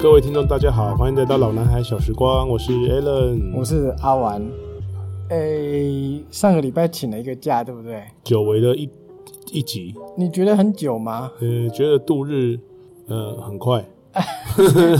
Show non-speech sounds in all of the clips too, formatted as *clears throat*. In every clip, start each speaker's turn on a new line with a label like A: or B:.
A: 各位听众，大家好，欢迎来到老男孩小时光，我是 Alan，
B: 我是阿丸。诶，上个礼拜请了一个假，对不对？
A: 久违的一一集，
B: 你觉得很久
A: *laughs*
B: 吗？
A: 呃，觉得度日呃很快，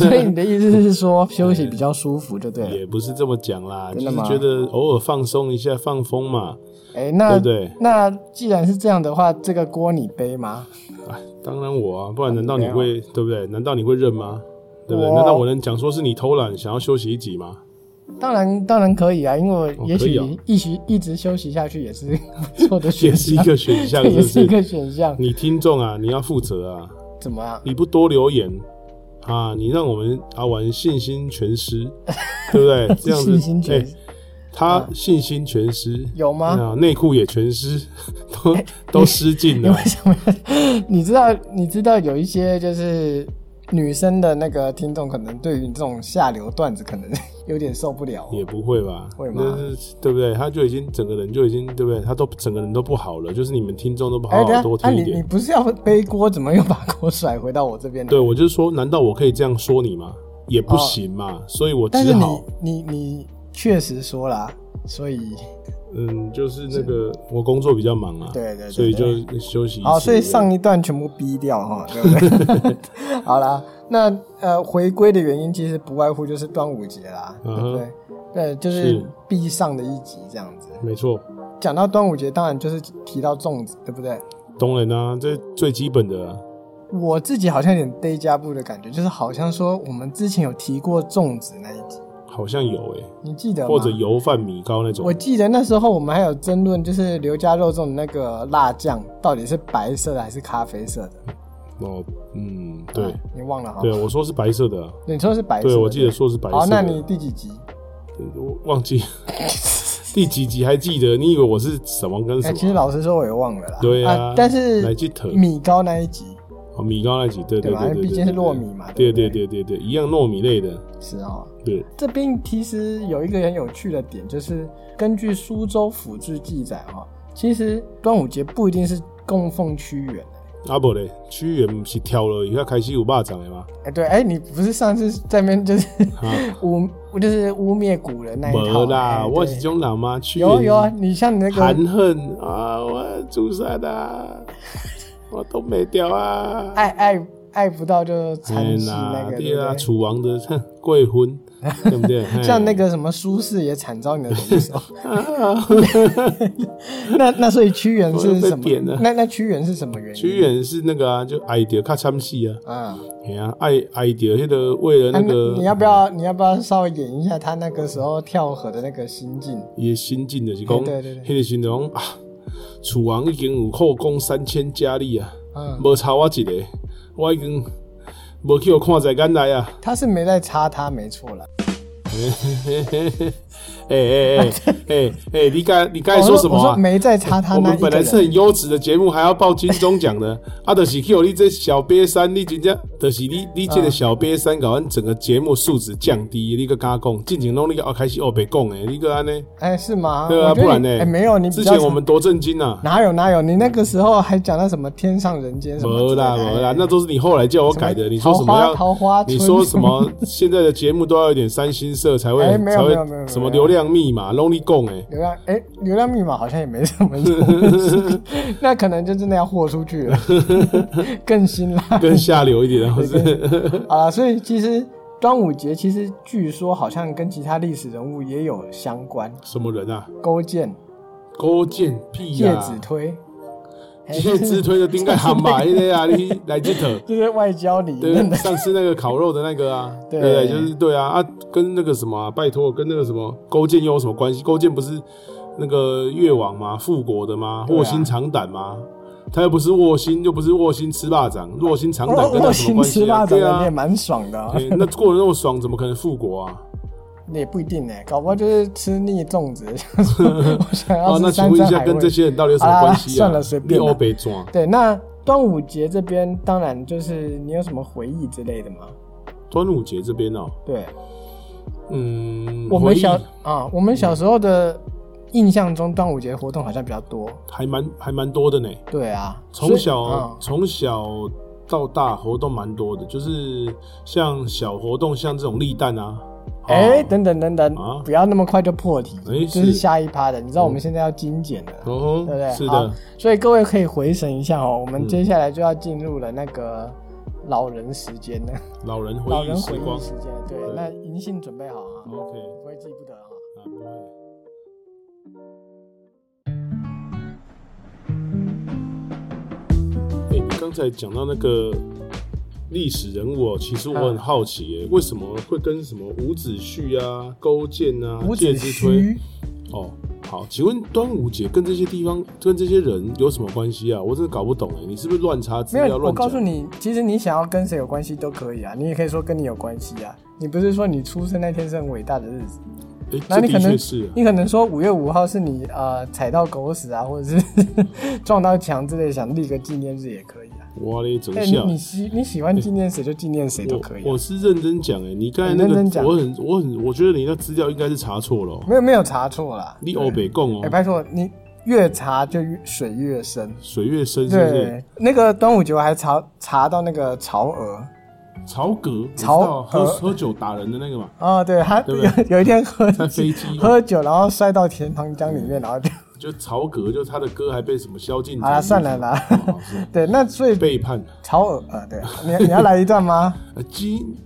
B: 所以你的意思是说休息比较舒服，就对了。
A: *laughs* 也不是这么讲啦，
B: 真
A: 就
B: 的
A: 是
B: 吗
A: 觉得偶尔放松一下，放风嘛，
B: 哎，
A: 对
B: 那
A: 不对？
B: 那既然是这样的话，这个锅你背吗？
A: 哎，当然我啊，不然难道
B: 没
A: 你
B: 有
A: 会对不对？难道你会认吗？对不对？
B: 我
A: 难道我能讲说是你偷懒想要休息一集吗？ *laughs*
B: 当然，当然可以啊，因为我
A: 哦
B: 也
A: 可以
B: 许
A: 哦
B: 一直一直休息下去也是不错的
A: *laughs* 也
B: 选
A: 是
B: 项
A: 一，个选项，
B: 这
A: 是
B: *laughs* 也
A: 不
B: 是一
A: 是？
B: 个选项。
A: 你听众啊，你要负责啊，
B: 怎么啊？ *laughs*
A: 你不多留言啊，你让我们阿玩信心全
B: *laughs*
A: 失，对不对？这样子，
B: 信心全
A: 哎他信心全失，
B: 有吗？
A: 啊，内裤也全湿， *laughs* 都都失禁
B: 你
A: 了
B: 为。什么要？你知道，你知道有一些就是女生的那个听众，可能对于这种下流段子，可能 *laughs* 有点受不了哦。
A: 也不会吧？
B: 会吗
A: 那是对不对？他就已经整个人就已经对不对？他都整个人都不好了，就是你们听众都不好
B: 哎，等
A: 好
B: 一下
A: 哦多
B: 啊
A: 听一
B: 你你
A: 点。
B: 不是要背锅，怎么又把锅甩回到我这边来？
A: 对，我就是说，难道我可以这样说你吗？也不行嘛，所以我
B: 哦但
A: 只
B: 是你
A: 好
B: 你你确实说啦，所以
A: 嗯，就是那个我工作比较忙啊，
B: 对对对
A: 所以就休息一次。
B: 好，所以上一段全部逼掉哈，对不对？ *laughs* 好啦，那呃，回归的原因其实不外乎就是端午节啦，
A: 嗯
B: 对
A: 哼
B: 不对？对，就是
A: 是
B: 必上的一集这样子。
A: 没错，
B: 讲到端午节，当然就是提到粽子，对不对？
A: 当然啊，这最基本的啊、
B: 我自己好像有点 day 加布的感觉，就是好像说我们之前有提过粽子那一集，
A: 好像有诶、
B: 你记得吗？
A: 或者油饭米糕那种
B: 我，记得那时候我们还有争论，就是刘家肉粽的那个辣酱到底是白色的还是咖啡色的？
A: 哦，嗯，对、
B: 啊你忘了哈？
A: 对，我说是白色的啊、
B: 你说是白色的？
A: 对我记得说是白色的。
B: 好，那你第几集？
A: 我忘
B: *laughs*
A: 记第几集还记得？你以为我是什么跟
B: 哎、
A: 什
B: 其实
A: 么？
B: 老实说，我也忘了啦。
A: 对啊
B: 但是
A: 来记得
B: 米糕那一集
A: 哦，米糕那集，对
B: 对吧
A: 对对，
B: 毕竟是糯米嘛
A: 对
B: 对
A: 对
B: 不
A: 对对对，一样糯米类的，
B: 是哦。
A: 对，
B: 这边其实有一个很有趣的点，就是根据苏州府志记载哈、哦，其实端午节不一定是供奉屈原。
A: 啊不嘞，屈原不是跳了以后开始有霸掌的吗？
B: 哎、对，哎、你不是上次在那边就是
A: 啊，
B: *laughs* 污，就是污蔑古人那一套
A: 没啦，
B: 哎
A: 我
B: 对
A: 是这种人吗？屈
B: 有
A: 原
B: 有啊，你像你那个
A: 含恨啊，我自杀啦，我都没掉啊。
B: 爱爱爱不到就
A: 哎
B: 惨死那
A: 啦
B: 个，对
A: 对啊，
B: 不
A: 楚王的哼贵
B: *laughs*
A: 婚，对不对？嘿
B: 对？像那个什么苏轼也惨遭你的毒
A: *laughs*
B: 手，
A: 啊
B: *laughs* 那那所以屈原是什
A: 我又被
B: 么
A: 贬了？
B: 那那屈原是什么原因？
A: 屈原是那个啊，就爱着较参戏啊，
B: 啊，
A: 哎呀、爱爱着迄个为了
B: 啊
A: 那个、
B: 你要不要你要不要稍微演一下他那个时候跳河的那个心境？
A: 伊的心境就是讲，
B: 哎对对对
A: 迄个心就讲啊，楚王已经有后宫三千佳丽啊，
B: 嗯，
A: 无差我一个，我已经无去互看在眼内啊，
B: 他是没在插他，没错了。
A: 哎哎哎哎哎，你刚你刚才说什么
B: 我说我
A: 啊
B: 说？没在插他
A: 我
B: 那
A: 们
B: 一个
A: 本来是
B: 人。
A: 很优质的节目，还要报金钟奖
B: *laughs*
A: 的，啊，就是去我你这小瘪三，你真正就是你你这个小瘪三，搞完整个节目素质降低，你个敢讲，进前拢你个哦开始哦白讲诶，你个安尼，
B: 哎，是吗？
A: 对啊，
B: 我觉得
A: 不然
B: 你
A: 呢？
B: 哎，没有你比
A: 之
B: 较
A: 前我们多震惊啊！
B: 哪有哪有，你那个时候还讲到什么天上人间什么哎
A: 没
B: 之类
A: 啦
B: 的？
A: 没啦，那都是你后来叫我改的。你说什么要
B: 桃花桃花村
A: 你说什么现在的节目都要有点三星色才会
B: 哎没有
A: 才会
B: 没有没有没有
A: 什么流量密码 Lonely 共哎，
B: 流量哎，流量密码好像也没什么用，那可能就真的要豁出
A: *laughs*
B: 去了，更新啦。
A: 更下流一点，
B: *laughs*
A: 然后是
B: 啊，所以其实端午节其实据说好像跟其他历史人物也有相关，
A: 什么人啊？
B: 勾践、
A: 勾践屁
B: 介
A: 呀！
B: 子
A: *laughs*
B: 推，
A: 戒指推的丁盖蛤蟆那
B: *laughs*
A: 个啊，你来这头。
B: 就是外交里
A: 对
B: *laughs* 面，的。
A: 上次那个烤肉的那个啊，对
B: *laughs* 对
A: 不对，就是对啊啊，跟那个什么啊，拜托，跟那个什么勾践又有什么关系？勾践不是那个越王吗？复国的吗？
B: 对啊
A: 卧薪尝胆吗？他又不是卧薪，又不是卧薪吃霸掌，卧薪尝胆
B: *laughs*
A: 跟他
B: 哦卧
A: 有什么
B: 薪
A: 关系
B: 吃
A: 啊？
B: 霸掌
A: 对
B: 的你也
A: 啊，
B: 蛮爽的、啊，
A: 哎那过得那么爽，怎么可能复国
B: *laughs*
A: 啊？
B: 也不一定呢、搞不好就是吃腻
A: *laughs*
B: 粽子， *laughs* 想说我想要
A: 啊，那请
B: 吃山
A: 问一
B: 珍
A: 下，
B: 海
A: 跟这
B: 味。
A: 些人到底有什么关系啊？
B: 啊算了随便啊
A: 你欧北庄
B: 对，那端午节这边当然就是你有什么回忆之类的吗？
A: 端午节这边哦，
B: 对，
A: 嗯，
B: 我
A: 回
B: 们
A: 忆
B: 小啊，我们小时候的印象中，端午节活动好像比较多。
A: 还蛮还蛮多的呢。
B: 对啊，
A: 从
B: 所以
A: 小
B: 嗯
A: 从小到大活动蛮多的，就是像小活动，像这种立蛋啊，
B: 哎、等等等等、
A: 啊
B: 不要那么快就破题，
A: 哎
B: 这是
A: 是
B: 下一趴的。你知道我们现在要精简的，
A: 哦
B: 对不对？
A: 吼，是
B: 好
A: 的，
B: 所以各位可以回神一下哦，我们接下来就要进入了那个老人时间了，
A: 老人回
B: 老
A: 忆
B: 人
A: 时
B: 回
A: 光嗯
B: 忆时间。对，那银杏准备好啊，
A: ，OK，
B: 不会记不得啊。
A: 啊，不会哎、你刚才讲到那个历史人物、哦，其实我
B: 嗯
A: 很好奇耶，为什么会跟什么伍子胥啊、勾践啊、
B: 伍子
A: 介之推
B: 胥，
A: 哦？好，请问端午节跟这些地方、跟这些人有什么关系啊？我真的搞不懂哎，你是不是乱查资
B: 没
A: 料
B: 有，我
A: 乱
B: 告
A: 讲
B: 诉？你，其实你想要跟谁有关系都可以啊，你也可以说跟你有关系啊。你不是说你出生那天是很伟大的日子？
A: 哎、
B: 那
A: 这
B: 你可
A: 的
B: 能
A: 确是、啊，
B: 你可能说五月五号是你呃踩到狗屎啊，或者是 *laughs* 撞到墙之类，想立个纪念日也可以啊。
A: 哇嘞，整
B: 哎、
A: 笑。
B: 你你喜你喜欢纪念谁就纪念谁都可以啊、
A: 我。我是认真讲哎、你刚才那
B: 你
A: 个，
B: 认真讲
A: 我很我很，我觉得你那资料应该是查错了、哦。
B: 没有没有查错啦。
A: 你欧北贡
B: 哎、
A: 哦，
B: 拜托你越查就越水越深。
A: 水月生是不是？
B: 对，那个端午节我还查查到那个曹娥
A: 曹格，
B: 曹
A: 我知道喝
B: 格
A: 喝酒打人的那个嘛，
B: 哦，对他
A: 对不
B: 有有一天喝
A: 在飞机
B: 喝酒，然后摔到钱塘江里面，然后就
A: 就曹格，就他的歌还被什么萧敬腾
B: 好了算了啦。
A: 哦是
B: 对，那所以
A: 背叛
B: 曹娥呃，对你你要来一段吗？
A: 啊，金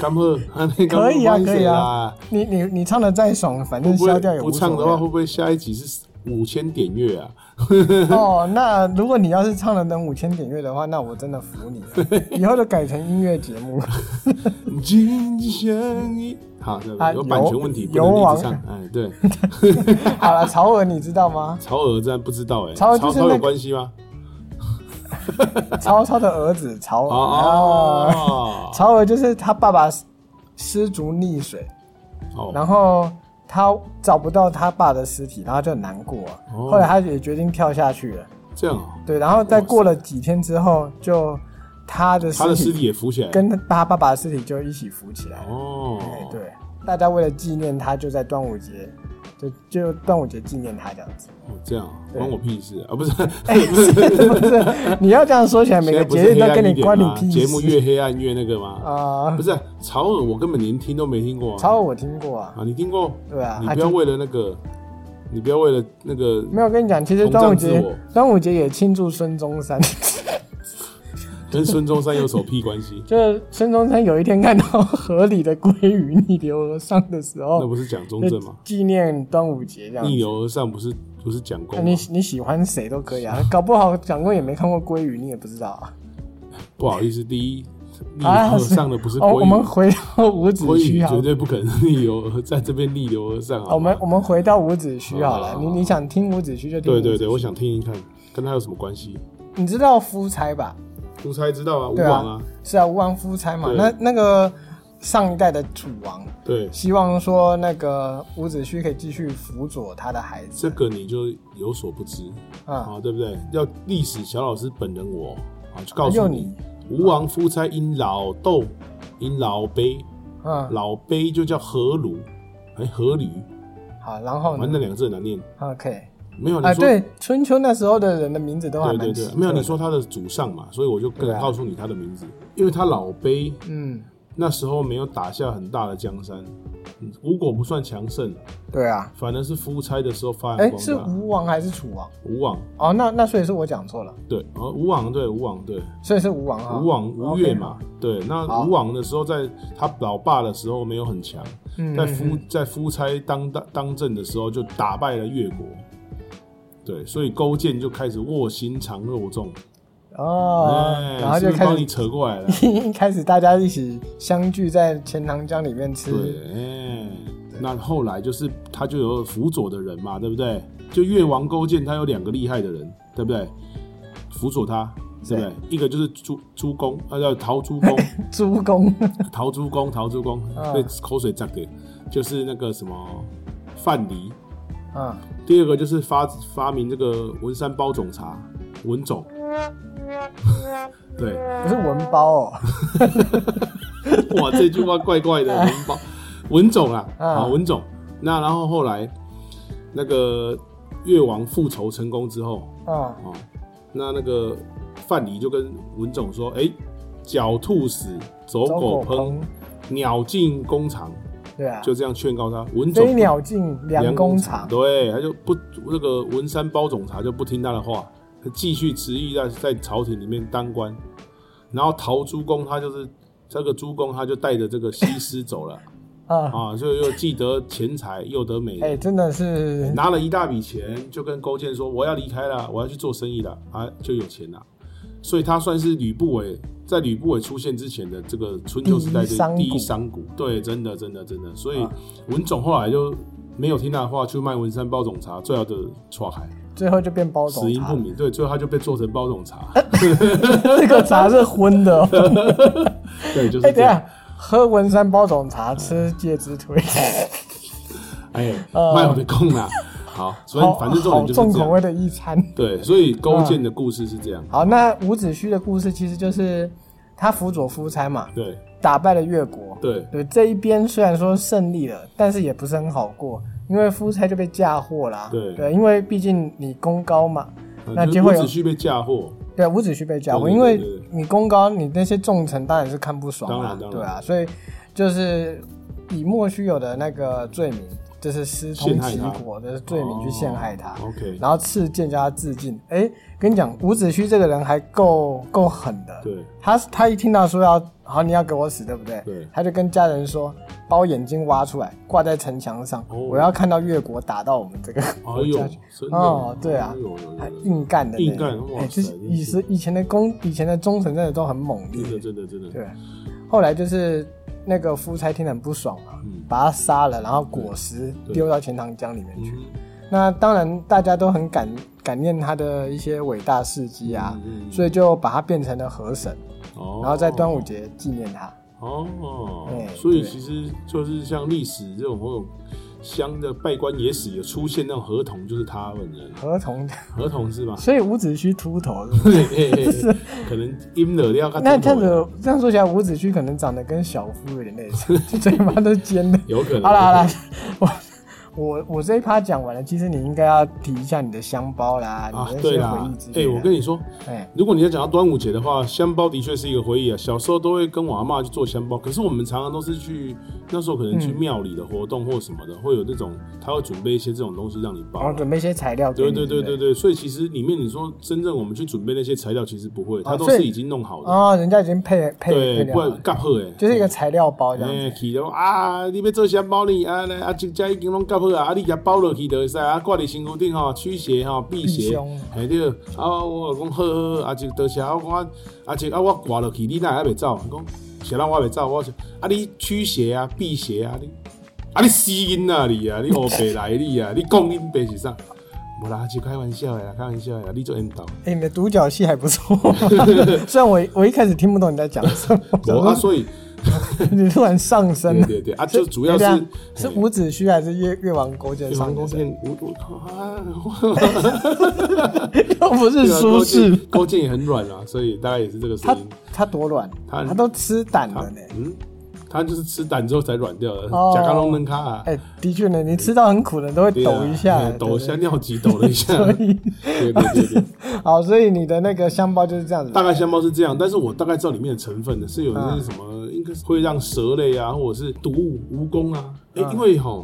A: 干 *laughs* 喝，啊那个
B: 可以啊
A: 不好意思
B: 可以啊
A: 啦
B: 你你你唱的再爽，反
A: 会
B: 正
A: 不
B: 消掉也
A: 会
B: 无
A: 不
B: 所
A: 唱
B: 谓。啊
A: 的话，会不会下一集是五千点阅啊？ *laughs*
B: 哦，那如果你要是唱了能五千点阅的话，那我真的服你了，以后就改成音乐节目。
A: 今相依，好，对不对
B: 啊
A: 有版权问题，不
B: 有
A: 能
B: 有
A: 一
B: 网啊
A: 直唱。哎，
B: *laughs*
A: 对，
B: 好了，曹娥你知道吗？
A: 曹娥真的不知道哎，
B: 曹娥
A: 曹
B: 就是
A: 操
B: 那
A: 有
B: 个
A: 关系吗？
B: 曹操的儿子曹娥。
A: 哦哦
B: 曹娥就是他爸爸失足溺水，
A: 哦，
B: 然后他找不到他爸的尸体，然后就很难过、啊。
A: 哦
B: 后来他也决定跳下去了。
A: 这样哦，
B: 对，然后再过了几天之后，就他的
A: 他
B: 尸
A: 的尸体
B: 体
A: 也浮起来了
B: 跟他爸爸的尸体就一起浮起来。
A: 哦，
B: 哎，对，大家为了纪念他，就在端午节，就就端午节纪念他这样
A: *laughs*
B: 子。
A: 哦，这样啊
B: 对
A: 关我屁事啊！啊不是， *laughs*
B: 是不是？你要这样说起来，每
A: 现
B: 个
A: 在不
B: 节
A: 是
B: 日
A: 黑
B: 都
A: 暗
B: 跟
A: 一
B: 你
A: 点
B: 关你
A: 吗
B: 屁
A: 节
B: 事。
A: 目越黑暗越那个吗？
B: 啊
A: 不，是曹耳，我根本连听都没听过啊。
B: 曹娥我听过啊，
A: 啊，你听过？
B: 对啊
A: 你
B: 啊
A: 不要
B: 就
A: 为了那个，你不要为了那个，
B: 没有我跟你讲，其实
A: 膨
B: 端午
A: 胀自
B: 节
A: 我
B: 端午节也庆祝孙中
A: *laughs*
B: 山，？
A: 跟孙中山有什么屁关系 *laughs*
B: 就是孙中山有一天看到河里的鲑鱼逆流而上的时
A: 那
B: 候，
A: 不是蒋中
B: 就
A: 正
B: *laughs*
A: 吗？
B: 纪念端午节这样
A: 逆
B: 子。
A: 流而上不是不是蒋
B: 那
A: 公
B: 你
A: 吗？
B: 你喜欢谁都可以啊，搞不好蒋公也没看过鲑鱼，你也不知道啊。
A: 不好意思，第一逆流
B: 啊
A: 而上的不是
B: 哦，我们
A: 国
B: 回到伍子
A: 语，国语
B: 胥好
A: 绝
B: 了，
A: 对不可能 *laughs* 逆流而在这边逆流而上啊。
B: 哦我们我们回到伍子胥好
A: 好
B: 了。
A: 好
B: 你你想听伍子胥就听。
A: 对对对，我。想听一看，跟他有什么关系？
B: 你知道夫差吧？
A: 夫差知道啊，吴
B: 对啊
A: 王啊，
B: 是啊，吴王夫差嘛。
A: 对
B: 那那个上一代的楚王，
A: 对，
B: 希望说那个伍子胥可以继续辅佐他的孩
A: 这
B: 子。
A: 个你就有所不知
B: 啊，
A: 啊，对不对？要历史小老师本人我啊，就告诉
B: 又
A: 你
B: 你，
A: 吴王夫差因老豆，因老卑，
B: 嗯，
A: 老卑就叫阖庐，哎，阖闾，
B: 好，然后
A: 反正那
B: 呢
A: 两个字很难念。
B: ？OK，
A: 没有你
B: 啊，
A: 说，
B: 对，春秋那时候的人的名字都还
A: 对
B: 蛮
A: 对
B: 奇特
A: 对，
B: 的
A: 没有你，说他的祖上嘛，所以我就跟
B: 对啊
A: 告诉你他的名字，因为他老卑
B: 嗯，
A: 那时候没有打下很大的江山，嗯吴国不算强盛，
B: 对啊，
A: 反而是夫差的时候发扬
B: 哎，
A: 光啊
B: 是
A: 大。
B: 吴王还是楚王？
A: 吴王
B: 哦，那那所以是我讲错了，
A: 对，哦，吴王对，吴王对。
B: 所以是吴王啊哈。
A: 吴王吴
B: OK，
A: 越嘛，对，那
B: 好
A: 吴王的时候，在他老爸的时候没有很强，
B: 嗯，
A: 在
B: 嗯
A: 夫在夫差当当当政的时候就打败了越国，对，所以勾践就开始卧薪尝肉粽，
B: 哦，然后
A: 哎是
B: 就
A: 不是
B: 开
A: 帮你
B: 始
A: 扯过来
B: *laughs*
A: 了，
B: 一开始大家一起相聚在钱塘江里面吃，
A: 对，哎，那后来就是他就有辅佐的人嘛，对不对？就越王勾践他有两个厉害的人，对不对？辅佐他，对不对
B: 谁？
A: 一个就是朱朱公，呃，叫陶朱
B: *laughs*
A: 公。
B: 猪公
A: 陶朱公，陶朱公
B: 嗯
A: 被口水炸给，就是那个什么范蠡。
B: 啊，
A: 第二个就是发发明这个文山包种茶，文种。 *laughs* 对，
B: 不是文包哦， *laughs*
A: 哇，这句话怪怪
B: *laughs*
A: 的，文包文种啊，
B: 嗯
A: 好文种。那然后后来那个越王复仇成功之后，
B: 啊，
A: 哦，那那个范蠡就跟文种说：“哎、狡兔死，走狗
B: 走狗
A: 烹，
B: 烹，
A: 鸟尽弓藏。
B: 对啊”，
A: 就这样劝告他。文种
B: 飞鸟尽，良
A: 弓
B: 弓藏。
A: 对，他就不那个文山包总察就不听他的话，他继续执意在在朝廷里面当官。然后陶朱公他就是这个朱公，他就带着这个西施走了
B: *laughs* 啊，
A: 啊，就又既得钱财又得美人。
B: 哎，真的是
A: 拿了一大笔钱，就跟勾践说：“我要离开了，我要去做生意了。”啊，就有钱了。所以他算是吕不韦在吕不韦出现之前的这个春秋时代
B: 第一啊商
A: 的
B: 贾
A: 第一商贾。对，真的，真的，真的。所以文种后来就没有听他的话，去卖文山包种茶，最后的错开，
B: 最后就变包
A: 死
B: 种
A: 因
B: 茶哎
A: 不，明。对，最后他就被做成包种茶。
B: *laughs* 这个茶是荤的哦。
A: 对，就是
B: 哎，
A: 这
B: 等一
A: 样。
B: 下，喝文山包种茶，吃芥子腿，
A: 哎，卖我的供啦。好， *laughs* 所以
B: 呃好
A: 反正重
B: 好
A: 点就是
B: 重
A: 这
B: 口
A: 样。
B: 味的嗯一餐。
A: 对，所以勾践的故事是这样。
B: 好，那伍子胥的故事其实就是他辅佐夫差嘛，
A: 对，
B: 打败了越国。
A: 对，
B: 对，这一边虽然说胜利了，但是也不是很好过，因为夫差就被嫁祸啦。
A: 对
B: 因为毕竟你功高嘛，那
A: 就
B: 就是会
A: 伍
B: 有
A: 子胥被嫁祸。
B: 对，啊伍子胥被嫁祸，
A: 对对
B: 因为
A: 对对
B: 你功高，你那些重臣当然是看不爽
A: 当
B: 啦
A: 然当，然
B: 对啊，所以就是以莫须有的那个罪名，就是私通
A: 陷害
B: 齐
A: 他
B: 国的罪名去陷害他，
A: 哦 OK
B: 然后赐剑叫他自尽。哎，跟你讲，伍子胥这个人还够够狠的，
A: 对，
B: 他他一听到说要好你要给我死，对不对？
A: 对
B: 他就跟家人说，把我眼睛挖出来挂在城墙上，
A: 哦
B: 我要看到越国打到我们这个
A: 哎
B: 国
A: 呦
B: 家去。，
A: 真的
B: 哦，对啊
A: 哎呦有有，
B: 还
A: 有有，
B: 硬干的那种，
A: 硬干哇
B: 哎就是
A: 塞真
B: 以
A: 是
B: 前以前的功，以前的忠臣真的都很猛
A: 真的
B: 烈，
A: 真的真的，
B: 对。后来就是那个夫差听得很不爽嘛，
A: 嗯
B: 把他杀了，然后裹尸
A: 对
B: 丢到钱塘江里面去。
A: 嗯
B: 那当然大家都很感感念他的一些伟大事迹啊，
A: 嗯嗯
B: 所以就把他变成了河神，
A: 哦，
B: 然后在端午节纪念他。
A: 哦
B: 哎，
A: 所以
B: 对
A: 其实就是像历史这种某种乡的拜官野史有出现那种合同，就是他们的
B: 合同，？
A: 合同是吗
B: *laughs* 所以伍子胥秃头
A: *laughs*
B: 是不是
A: 嘿嘿嘿可能阴了要看
B: 那这
A: 中
B: 样
A: 国人
B: 子，这样说起来，伍子胥可能长得跟小夫有点类似， *laughs* 就嘴巴都尖的。
A: 有可能。
B: 好了好了， *laughs* 我我我这一趴讲完了，其实你应该要提一下你的香包啦，
A: 啊
B: 你，的一
A: 对
B: 些回
A: 啦
B: 忆之，
A: 哎，
B: 类的。
A: 我跟你说，
B: 哎，
A: 如果你要讲到端午节的话，香包的确是一个回忆啊。小时候都会跟我阿妈去做香包，可是我们常常都是去那时候可能去庙里的活动或什么的，会有那种他会准备一些这种东西让你包
B: 然后
A: 啊。
B: 准备一些材料给
A: 对
B: 你。
A: 对对
B: 对
A: 对
B: 不
A: 对，所以其实里面你说真正我们去准备那些材料，其实不会，它都
B: 啊所以
A: 是已经弄好的。
B: 哦，人家已经配配配
A: 对，
B: 料
A: 不然欸
B: 了，
A: 夹好诶。
B: 就是一个材料包这样子。
A: 哎，去了啊！你要做香包呢？啊来啊，即已经拢夹好啊！啊，你甲包落去就会使啊，挂伫身躯顶吼，驱邪吼，辟
B: 避
A: 邪
B: 凶。
A: 哎对，啊，我讲好好好，啊，就多谢啊，我讲啊，就啊，我挂落去，你哪还袂走？伊讲，谁人我袂走？我说啊，你驱邪啊，辟邪啊，你啊，你死因啊你啊，你黑白来你
B: *laughs*
A: 啊，你讲恁爸是啥？无啦，就开玩笑的啦，开玩笑的啦，你做引导。
B: 哎，你的独角戏还
A: *laughs*
B: 不错，虽然我我一开始听不懂你在讲什么，
A: 我啊，所以
B: *laughs* 你突然上升
A: 对
B: 了。
A: 对对啊，就主要
B: 哎
A: 是
B: 等一下是
A: 嘿
B: 伍子胥还是越越王勾践
A: 对
B: 上
A: 方勾
B: 身？
A: 践，我我靠啊！
B: *laughs*
A: *laughs*
B: 又不是
A: 对啊
B: 苏
A: 勾
B: 轼
A: 践，勾践也很软啊， *laughs* 所以大概也是这个
B: 他
A: 声音。
B: 他多软，
A: 他
B: 他都吃胆
A: 他
B: 了呢。
A: 嗯，他就是吃胆之后才软掉的，
B: 哦
A: 甲亢龙能卡啊，
B: 哎，的确呢，你吃到很苦的都会
A: 对啊
B: 抖一下
A: 哎，抖一
B: 对
A: 下尿急，抖了一
B: *laughs*
A: 下。对对对对，
B: 好，所以你的那个香包就是这样子
A: 大。概香包是这样，但是我大概知道里面的成分的是有那些什
B: 嗯
A: 么，应该是会让蛇类啊，或者是毒物蜈蚣啊，哎，因为哈。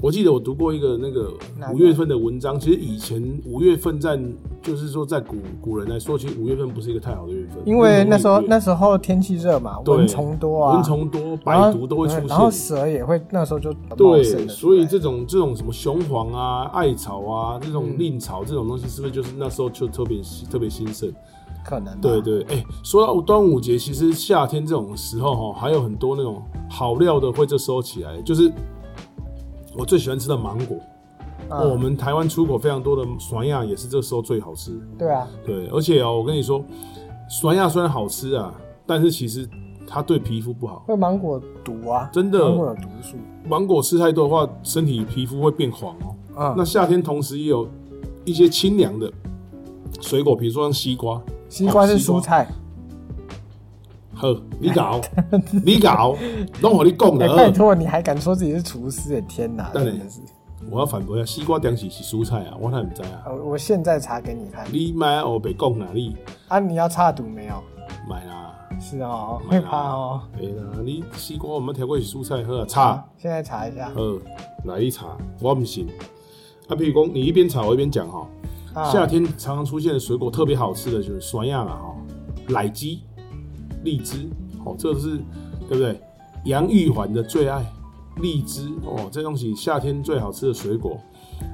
A: 我记得我读过一个那个
B: 嗯哪个
A: 五月份的文章，其实以前五月份在就是说在古古人来说，其实五月份不是一个太好的月份，
B: 因为那时候
A: 农历五月
B: 那时候天气热嘛，
A: 对
B: 蚊虫多啊，
A: 蚊虫多，
B: 然后
A: 白毒都会出
B: 嗯然后
A: 现。
B: 蛇也会那时候就茂盛
A: 对，
B: 了
A: 所以
B: 出
A: 这种这种什么雄黄啊、艾草啊、这种蔺草这种东西，是不是就是那时候就特别特别兴盛？
B: 来可能吧啊
A: 对，对，哎、说到端午节，其实夏天这种时候哈，还有很多那种好料的会这时候起来，就是我最喜欢吃的芒果。
B: 嗯
A: 我们台湾出口非常多的酸亚也是这时候最好吃。
B: 对啊，
A: 对，而且哦，我跟你说，酸亚虽然好吃啊，但是其实它对皮肤不好。
B: 会芒果毒啊，
A: 真的哦
B: 芒果有毒素，
A: 芒果吃太多的话，身体皮肤会变黄哦。
B: 嗯，
A: 那夏天同时也有一些清凉的水果，比如说像西瓜。
B: 西瓜是蔬菜，
A: 呵，你搞， *laughs* 你搞，拢我你讲
B: 哎
A: 的。
B: 拜
A: 呵
B: 托你还敢说自己是厨师？哎天哪，
A: 呃当然
B: 真的是
A: 我要反驳啊，西瓜当时是蔬菜啊，我哪毋知啊？
B: 呃我现在查给你看
A: 你买我白讲哪里
B: 啊！你要插赌没有？
A: 买啦？
B: 是哦，
A: 买
B: 会
A: 啦
B: 怕哦。。
A: 会啦，你西瓜我们调过是蔬菜好啊？差。
B: 现在查一下。
A: 呃，来一查，我不信。啊，譬如讲，你一边查我一边讲哈，
B: 啊
A: 夏天常常出现的水果特别好吃的就是酸亚啦哈，奶鸡、荔枝，哦，这是对不对？杨玉环的最爱，荔枝哦，这东西夏天最好吃的水果。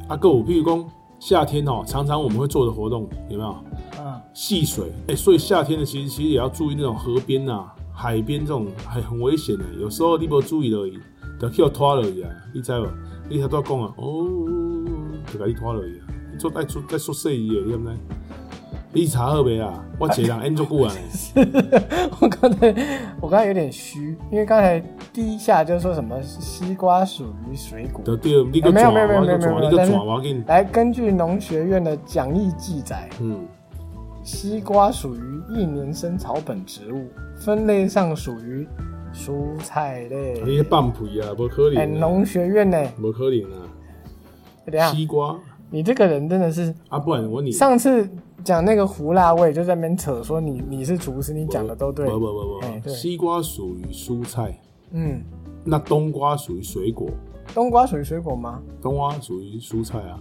A: 啊，够，譬如讲夏天哦，常常我们会做的活动有没有？
B: 嗯，
A: 戏水，哎、所以夏天的其实其实也要注意那种河边啊、海边这种还很危险的，有时候你无注意而已，就去拖落去啊，你知无？你头拄讲啊，哦，就甲你拖落去啊，你做爱做爱做细伊的，你知不知？你查好未啊？我一个人演足
B: *laughs*
A: 久啊，
B: 我刚才我刚才有点虚，因为刚才第一下就说什么西瓜属于水果。
A: 就对，你个
B: 哎没
A: 转，
B: 有没有没
A: 我
B: 有没
A: 个
B: 有
A: 转，
B: 没
A: 你
B: 有
A: 个
B: 但是
A: 转，我给你，
B: 来，根据农学院的讲义记载，
A: 嗯，
B: 西瓜属于一年生草本植物，分类上属于蔬菜
A: 你个
B: 类。
A: 放屁啊，无可
B: 哎，
A: 能、啊，
B: 农学院呢？
A: 无可能啊，
B: 等一下，
A: 西瓜
B: 你这个人真的是，
A: 啊，不然我你
B: 啊上次讲那个胡辣味就在那边扯说你你是厨师，你讲的都对
A: 不。不不
B: 哎
A: 不，
B: 对
A: 西瓜属于蔬菜，
B: 嗯，
A: 那冬瓜属于水果。
B: 冬瓜属于水果吗？
A: 冬瓜属于蔬菜啊，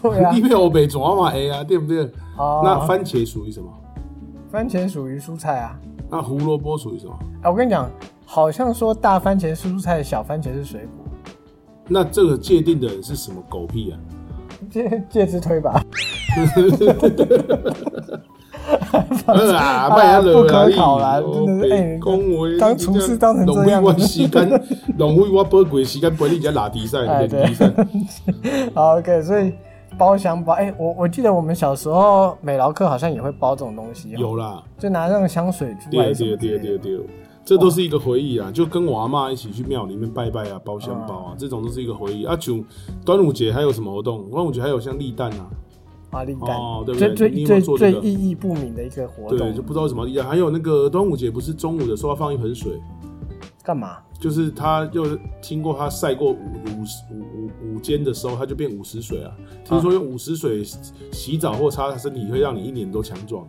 B: 对
A: *laughs*
B: 啊
A: 你。被我北抓嘛 A 啊，对不对？
B: 哦，
A: 那番茄属于什么？
B: 番茄属于蔬菜啊。
A: 那胡萝卜属于什么？
B: 哎，我跟你讲，好像说大番茄是蔬菜，小番茄是水果，
A: 那这个界定的人是什么狗屁
B: *laughs*
A: 啊？
B: 介介之推吧。
A: 呃啊，
B: 啊
A: 卖啊，
B: 不可考啦真的是哎
A: 恭维
B: 当厨师当成这样
A: 浪费我时间，浪费我宝贵的时间陪你家拉比赛，
B: *laughs* 哎
A: 练比赛。
B: *laughs* 好，OK，所以包香包，哎、我我记得我们小时候美劳课好像也会包这种东西、哦，
A: 有啦，
B: 就拿那种香水珠还
A: 对
B: 是什
A: 对
B: 么之
A: 对
B: 类的
A: 对对，这都是一个回忆啊！就跟我阿妈一起去庙里面拜拜啊，包香包啊，这种都是一个回忆啊。就端午节还有什么活动？端午节还有像立蛋啊，
B: 啊，立蛋，
A: 哦对不对
B: 最最
A: 你有没有
B: 最
A: 做
B: 最
A: 这个
B: 意义不明的一个活
A: 对，就
B: 动，
A: 不知道为什么立蛋。还有那个端午节不是中午的时候要放一盆水，
B: 干嘛？
A: 就是它就是经过它晒过五五五五五间的时候，它就变午时水啊。听说用午时水洗澡或擦身体，会让你一年都强壮。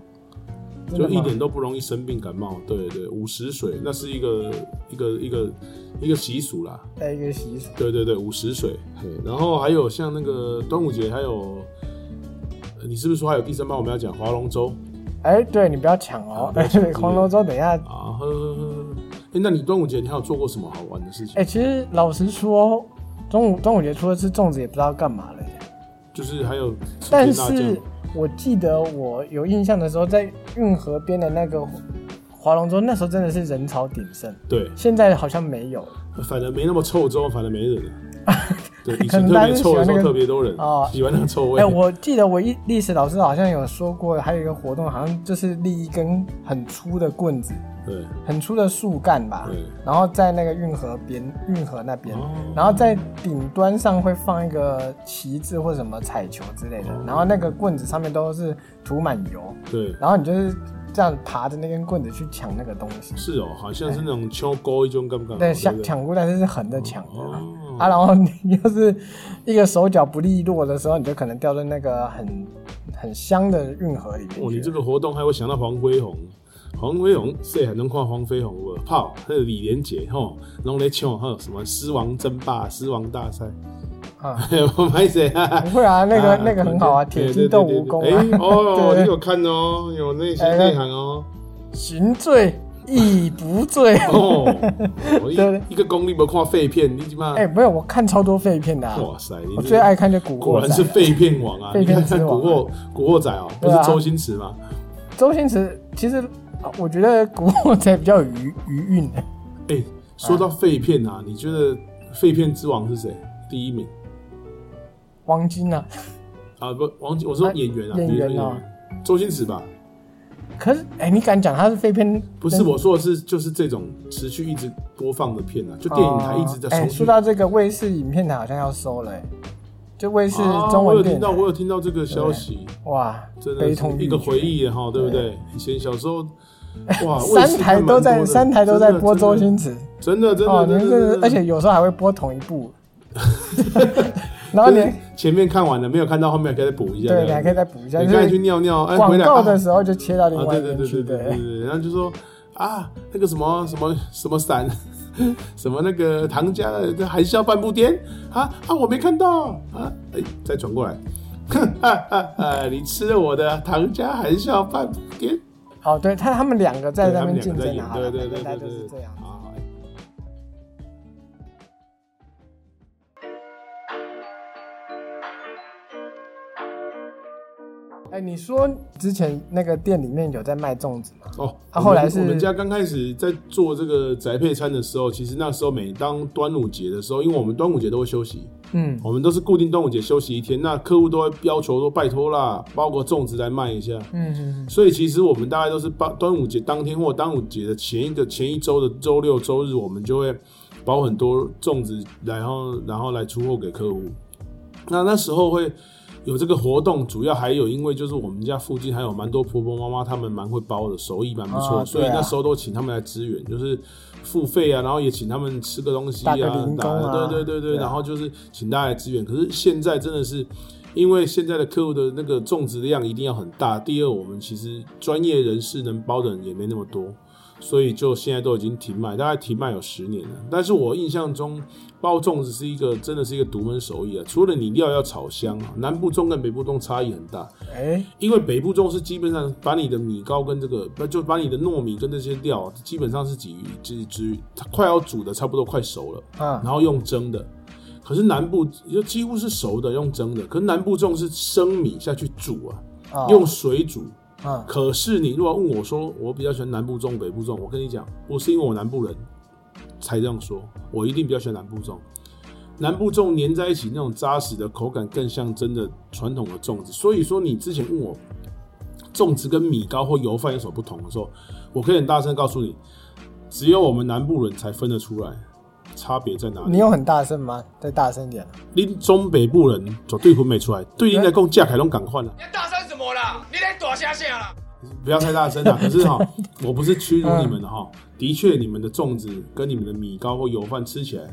B: 真
A: 就
B: 的吗
A: 一点都不容易生病感冒，对对，午时水那是一个一个一个一个习俗啦，
B: 在一个习俗，
A: 对对对，午时水。嘿，然后还有像那个端午节，还有呃你是不是说还有第三班我们要讲划龙舟
B: 哎、对你不要抢哦
A: 啊，不要
B: 哎、
A: 抢
B: 对，黄 *laughs* 龙舟等一下，哎、
A: 啊？呵呵呵。哎，那你端午节你还有做过什么好玩的事情？
B: 哎其实老实说，中午中午节除了吃粽子，也不知道干嘛了耶。
A: 就是还有吃
B: 但
A: 甜辣酱
B: 是我记得我有印象的时候，在运河边的那个划龙舟，那时候真的是人潮鼎盛，
A: 对，
B: 现在好像没有了。
A: 反正没那么臭粥，反正没
B: *laughs*
A: 人了。对，以
B: 可
A: 前
B: 能
A: 特
B: 大
A: 别
B: 家是
A: 臭的时
B: 喜欢
A: 候
B: 那个
A: 特别多人
B: 哦，
A: 喜欢那个臭味
B: 哎、。我记得我一历史老师好像有说过，还有一个活动，好像就是立一根很粗的棍子，
A: 对，
B: 很粗的树干吧
A: 对，
B: 然后在那个运河边，运河那边，
A: 哦
B: 然后在顶端上会放一个旗帜或什么彩球之类的，
A: 哦
B: 然后那个棍子上面都是涂满油，
A: 对，
B: 然后你就是这样爬着那根棍子去抢那个东西，
A: 是哦，好像是那种秋沟一种感觉。
B: 对，
A: 不
B: 抢抢过，但是是横着抢的啊。
A: 哦，
B: 啊，然后你要是一个手脚不利落的时候，你就可能掉在那个很很香的运河里面去了。
A: 哦，你这个活动还会想到黄飞鸿，黄飞鸿谁还能看黄飞鸿无？炮，还有李连杰吼，拢咧唱吼什么狮王争霸、狮王大赛， *laughs*
B: 啊，
A: 我拍谁啊？
B: 不会啊，那个、
A: *laughs* 啊
B: 那个很好啊，
A: 对
B: 铁
A: 对
B: 鸡
A: 对
B: 斗
A: 对
B: 蜈蚣
A: 对哎
B: 啊，
A: 哦，
B: *laughs* 对
A: 你有看哦，有那些内涵哦。
B: 寻罪亦不罪。 *laughs*
A: 哦，我
B: 哎对
A: 一一个功力没看废片，你起码
B: 哎、没有，我看超多废片的、啊，
A: 哇塞，你
B: 我
A: 这
B: 最爱看就《古
A: 果
B: 惑
A: 然
B: 仔
A: 是》。废片王啊！
B: *laughs* 废
A: 你
B: 片
A: 看
B: 之
A: 看
B: 王
A: 古惑古惑仔哦，不
B: 对
A: 是
B: 啊
A: 周星驰吗？
B: 周星驰其实啊我觉得《古惑仔》比较有余余韵，
A: 哎，说
B: 嗯
A: 到废片啊，你觉得废片之王是谁？第一名？
B: 王晶啊。
A: 啊，不，王，我说演员啊，
B: 啊演员啊
A: 比如说，周星驰吧，
B: 可是，哎、你敢讲他是废片？
A: 不是啊我说的是，就是这种持续一直播放的片啊，就电影台一直在
B: 哎、
A: 重
B: 说
A: 复。
B: 到这个卫视影片台好像要收了、哎就卫视
A: 啊
B: 中
A: 我
B: 文
A: 有
B: 电
A: 听
B: 台。
A: 到，我有听到这个消息，
B: 哇，
A: 真的
B: 悲痛
A: 是
B: 欲
A: 一个
B: 绝
A: 回。忆啊哈，对不对？以前小时
B: *laughs*
A: 候，哇，卫
B: 三
A: 视
B: 台
A: 看
B: 都
A: 蛮
B: 在，
A: 多的
B: 三台都在播周，星驰
A: 真的真
B: 哦，
A: 的
B: 你
A: 真的真的
B: 们
A: 真
B: 这
A: 的， *laughs*
B: 而且有时候还会播同一部，然后你
A: 就是前面看完了没有看到，后面可以再补一下。
B: 对，你还可以
A: 再
B: 再补一下，
A: 你
B: 就
A: 刚才去
B: 是
A: 尿尿，哎，回
B: 广
A: 来
B: 告
A: 啊
B: 的时候就切到另
A: 啊，对
B: 外一
A: 对
B: 边
A: 对
B: 去，
A: 对对对
B: 对，
A: 对，然后就说啊，那个什么什么什么伞， *laughs* 什么那个唐家的这含笑半步癫啊啊，我没看到啊，哎，再转过来， *laughs* 哼啊啊啊，你吃了我的唐家含笑半步癫，
B: 哦，对他他们两个在
A: 对
B: 那
A: 他们
B: 边
A: 两
B: 竞
A: 个在
B: 争
A: 演
B: 啊，，
A: 对对对
B: 大概
A: 对
B: 就
A: 对，啊哎
B: 是
A: 对
B: 这样。
A: 好
B: 哎，你说之前那个店里面有在卖粽子吗？
A: 哦，我
B: 啊
A: 们
B: 后来是
A: 我们家刚开始在做这个宅配餐的时候，其实那时候每当端午节的时候，因为我们端午节都会休息，
B: 嗯，
A: 我们都是固定端午节休息一天，那客户都会要求说拜托啦，包个粽子来卖一下。
B: 嗯嗯
A: 所以其实我们大概都是端端午节当天或端午节的前一个前一周的周六周日，我们就会包很多粽子，然后然后来出货给客户。那那时候会有这个活动，主要还有因为就是我们家附近还有蛮多婆婆妈妈，她们蛮会包的，手艺蛮不错，
B: 啊
A: 所以
B: 对啊
A: 那时候都请他们来支援，就是付费啊，然后也请他们吃个东西啊，
B: 打个零工啊
A: 打对对对对，
B: 对啊
A: 然后就是请大家来支援。可是现在真的是。因为现在的客户的那个种植量一定要很大。第二，我们其实专业人士能包的人也没那么多，所以就现在都已经停卖，大概停卖有十年了。但是我印象中，包粽子是一个真的是一个独门手艺啊。除了你料要炒香啊，南部粽跟北部粽差异很大，
B: 嗯，哎，
A: 因为北部粽是基本上把你的米糕跟这个，不就把你的糯米跟这些料，基本上是几几几快要煮的差不多快熟了。
B: 啊，
A: 然后用蒸的。可是南部就几乎是熟的，用蒸的。可是南部粽是生米下去煮啊，
B: 哦
A: 用水煮。
B: 啊，
A: 可是你如果问我说，我比较喜欢南部粽、北部粽，我跟你讲，我是因为我南部人才这样说，我一定比较喜欢南部粽。南部粽粘在一起那种扎实的口感，更像真的传统的粽子。所以说，你之前问我粽子跟米糕或油饭有什么不同的时候，我可以很大声告诉你，只有我们南部人才分得出来差别在哪里
B: 你。有很大声吗？再大声一点。
A: 恁中北部人绝对分袂出来，对恁来讲，价凯拢赶快啦，
C: 你大声什么啦？你在大声啥啦？
A: 不要太大声啊
C: *laughs*
A: 啦。可是哈，我不是屈辱你们
C: 嗯
A: 的哈，的确，你们的粽子跟你们的米糕或油饭吃起来，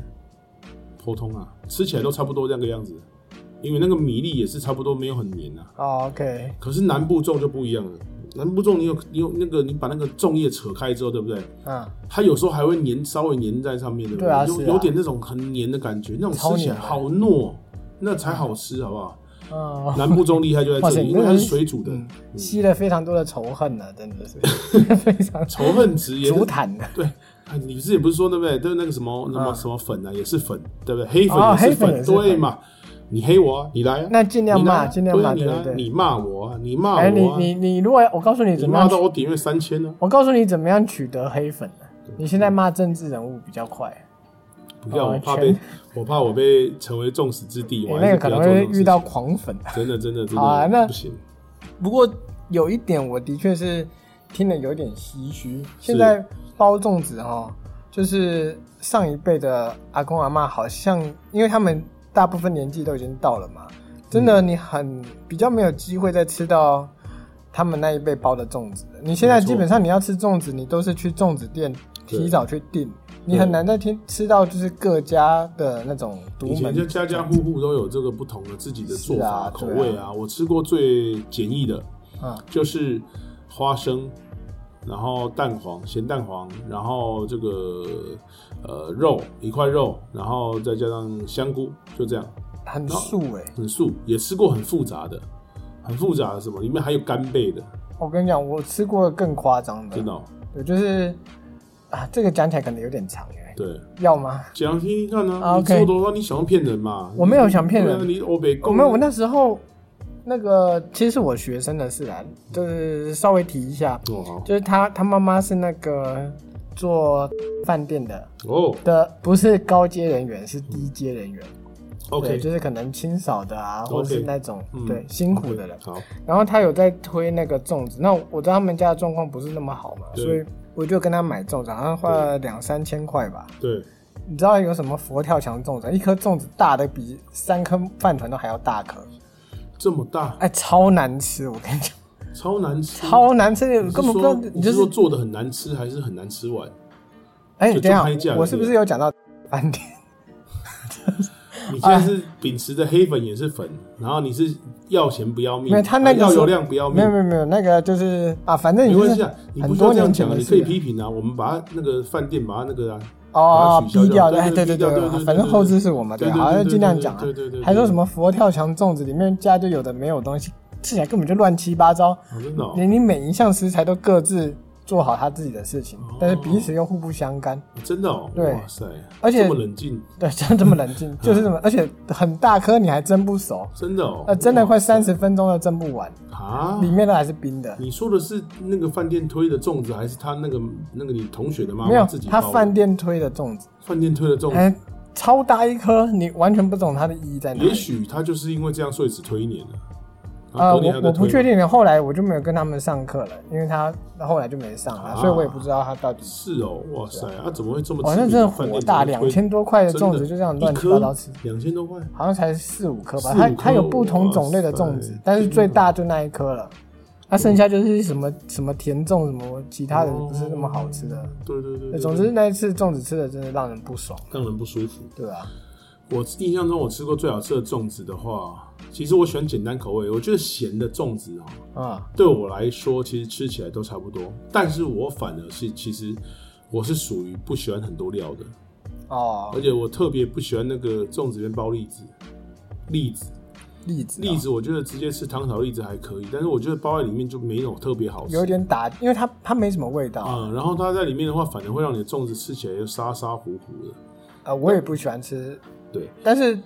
A: 普通啊，吃起来都差不多这样个样子，因为那个米粒也是差不多没有很黏啊。
B: 哦，OK，
A: 可是南部粽就不一样了，南部粽你有你有那个你把那个粽叶扯开之后，对不对？
B: 嗯，
A: 它有时候还会粘，稍微粘在上面，对不对？
B: 对啊
A: 有
B: 是啊
A: 有点那种很黏的感觉，那种吃起来
B: 超黏的
A: 好糯，那才好吃，好不
B: *laughs*
A: 好？
B: 哦，
A: 南部中厉害就在
B: 哇
A: 这
B: 塞
A: 里，
B: 你
A: 因为它
B: 真
A: 是
B: 的是
A: 水煮的，
B: 嗯
A: 嗯
B: 吸了非常多的仇恨呢，真
A: *laughs*
B: 的是非常
A: 仇恨值
B: *laughs*
A: 也是
B: 足坛的。
A: 对。啊你之前不是说对不对？对那个什么什么
B: 嗯
A: 什么粉啊，也是粉，对不对？黑粉
B: 哦
A: 也是
B: 黑粉也是粉
A: 对嘛？你黑我啊，你来啊，
B: 那尽量
A: 你来啊
B: 骂尽量
A: 对啊
B: 骂
A: 你来啊
B: 对对对
A: 你骂我啊，你骂我
B: 哎，你
A: 啊，
B: 你你，如果我告诉你
A: 你
B: 怎么样
A: 骂到
B: 取，
A: 我点阅三千啊呢？
B: 我告诉你怎么样取得黑粉呢？你现在骂政治人物比较快，啊
A: 不要，
B: 哦
A: 我怕
B: 全
A: 被我怕我被成为众矢之的，
B: 你
A: 我还
B: 那
A: 是
B: 个
A: 不
B: 可
A: 要
B: 能
A: 做这
B: 会
A: 种事
B: 遇到
A: 情
B: 狂粉。
A: 真的真的真
B: 好啊
A: 的
B: 那
A: 不行。
B: 不过有一点，我的确是听了有点唏嘘。现
A: 是
B: 在包粽子哦，就是上一辈的阿公阿嬷，好像因为他们大部分年纪都已经到了嘛，
A: 嗯
B: 真的你很比较没有机会再吃到他们那一辈包的粽子了。你现在
A: 没错
B: 基本上你要吃粽子，你都是去粽子店
A: 对
B: 提早去订，你
A: 对
B: 很难再听吃到就是各家的那种独
A: 以前
B: 门
A: 就家家户户都有这个不同的自己的做
B: 是
A: 法、
B: 啊
A: 口
B: 对啊
A: 味啊。我吃过最简易的，
B: 嗯
A: 就是花生，然后蛋黄、咸蛋黄，然后这个呃肉一块肉，然后再加上香菇，就这样，
B: 很素哎、
A: 很素。也吃过很复杂的，很复杂的什么，里面还有干贝的，
B: 我跟你讲，我吃过更夸张的
A: 真，的哦、
B: 我就是啊，这个讲起来可能有点长哎，
A: 对。
B: 要吗？
A: 讲听听看呢、
B: 啊
A: 你
B: ，OK
A: 做多少？你想要骗人嘛？
B: 我没有想骗人
A: 对啊你欧北
B: 我们我那时候那个其实是我学生的事啊，就是稍微提一下，
A: 哦好
B: 就是他他妈妈是那个做饭店的
A: 哦
B: 的，不是高阶人员，是低阶人员。对，
A: ，OK，
B: 就是可能清扫的啊，或者是
A: OK
B: 那种
A: 嗯
B: 对辛苦的人。
A: 好，
B: 然后他有在推那个粽子，那我知道他们家的状况不是那么好嘛，
A: 对
B: 所以我就跟他买粽子，好像花了两三千块吧。
A: 对，
B: 你知道有什么佛跳墙粽子？一颗粽子大的比三颗饭团都还要大颗，
A: 这么大，
B: 哎，超难吃！我
A: *laughs*
B: 跟你讲，
A: 超难吃，
B: 超难吃，
A: 你
B: 根
A: 是
B: 本不知道
A: 说
B: 你
A: 你
B: 就是
A: 说
B: 是
A: 做的很难吃，还是很难吃完？
B: 哎，
A: 就
B: 等
A: 就拍
B: 一
A: 价
B: 下，
A: 了
B: 我是不是有讲到饭店？
A: 你现在是秉持着黑粉也是粉，然后你是要钱不要命，啊
B: 没有他那个
A: 要
B: 是
A: 流量不要命
B: 没有，没有没有，那个就是啊，反正你
A: 没
B: 就
A: 关
B: 是
A: 系啊，你不
B: 很
A: 需要
B: 多
A: 这样
B: 年前
A: 讲啊，
B: 的
A: 你
B: 事
A: 可以
B: 了
A: 批评啊，我们把它那个饭店把它那个啊，
B: 哦，
A: 把它取消
B: 逼掉
A: 就好
B: 哎对
A: 对
B: 对
A: 对对
B: 对
A: 对
B: 对，
A: 对
B: 反正后置是我嘛，
A: 对对
B: 好
A: 对
B: 像
A: 对
B: 尽量
A: 对
B: 讲啊
A: 对对对，对
B: 还说什么佛跳墙粽子里面加就有的没有东西，吃起来根本就乱七八糟，
A: 哦真的哦
B: 连你每一项食材都各自做好他自己的事情，
A: 哦
B: 但是彼此又互不相干，
A: 真的哦，
B: 对
A: 哇塞，
B: 而且
A: 这么冷静，
B: 对，像这么冷静，就是
A: 嗯
B: 这么，而且很大颗你还蒸不熟，
A: 真的哦，
B: 呃，蒸了快三十分钟都蒸不完，
A: 啊
B: 里！面的还是冰的。
A: 你说的是那个饭店推的粽子，还是他那个那个你同学的妈
B: 没
A: 妈
B: 有
A: 自己，
B: 他
A: 包的
B: 饭店推的粽子，
A: 饭店推的粽子，
B: 哎，超大一颗，你完全不懂它的意义在哪里。
A: 也许他就是因为这样，所以只推一年了。然
B: 呃，
A: 后隔年
B: 我
A: 还在
B: 我不
A: 推
B: 确定，后来我就没有跟他们上课了，因为他后来就没上了，
A: 啊
B: 所以我也不知道他到底。
A: 是哦，哇塞，啊，怎么会这么？
B: 哇，那真的火大，两千多块的粽子就这样乱七八糟吃，
A: 两千多块，
B: 好像才四五颗
A: 四
B: 吧。
A: 五
B: 它
A: 颗
B: 它有不同种类的粽
A: 哇
B: 子
A: 塞，
B: 但是最大就那一颗了，那剩下就是什么什么甜粽，什么其他的
A: 哦
B: 不是那么好吃的。
A: 对对对对，
B: 总之那一次粽子吃的真的让人不爽，
A: 让人不舒服。
B: 对吧？
A: 我印象中我吃过最好吃的粽子的话，其实我喜欢简单口味，我觉得咸的粽子哦，
B: 啊，
A: 对我来说其实吃起来都差不多，但是我反而是其实我是属于不喜欢很多料的，
B: 哦
A: 而，且我特别不喜欢那个粽子里面包栗子，栗子。
B: 栗子啊，
A: 栗子我觉得直接吃糖炒栗子还可以，但是我觉得包在里面就没有特别好吃。
B: 有点打，因为它它没什么味道。
A: 啊、然后它在里面的话，反而会让你的粽子吃起来又沙沙糊糊的。
B: 啊，我也不喜欢吃，
A: 对，
B: 但是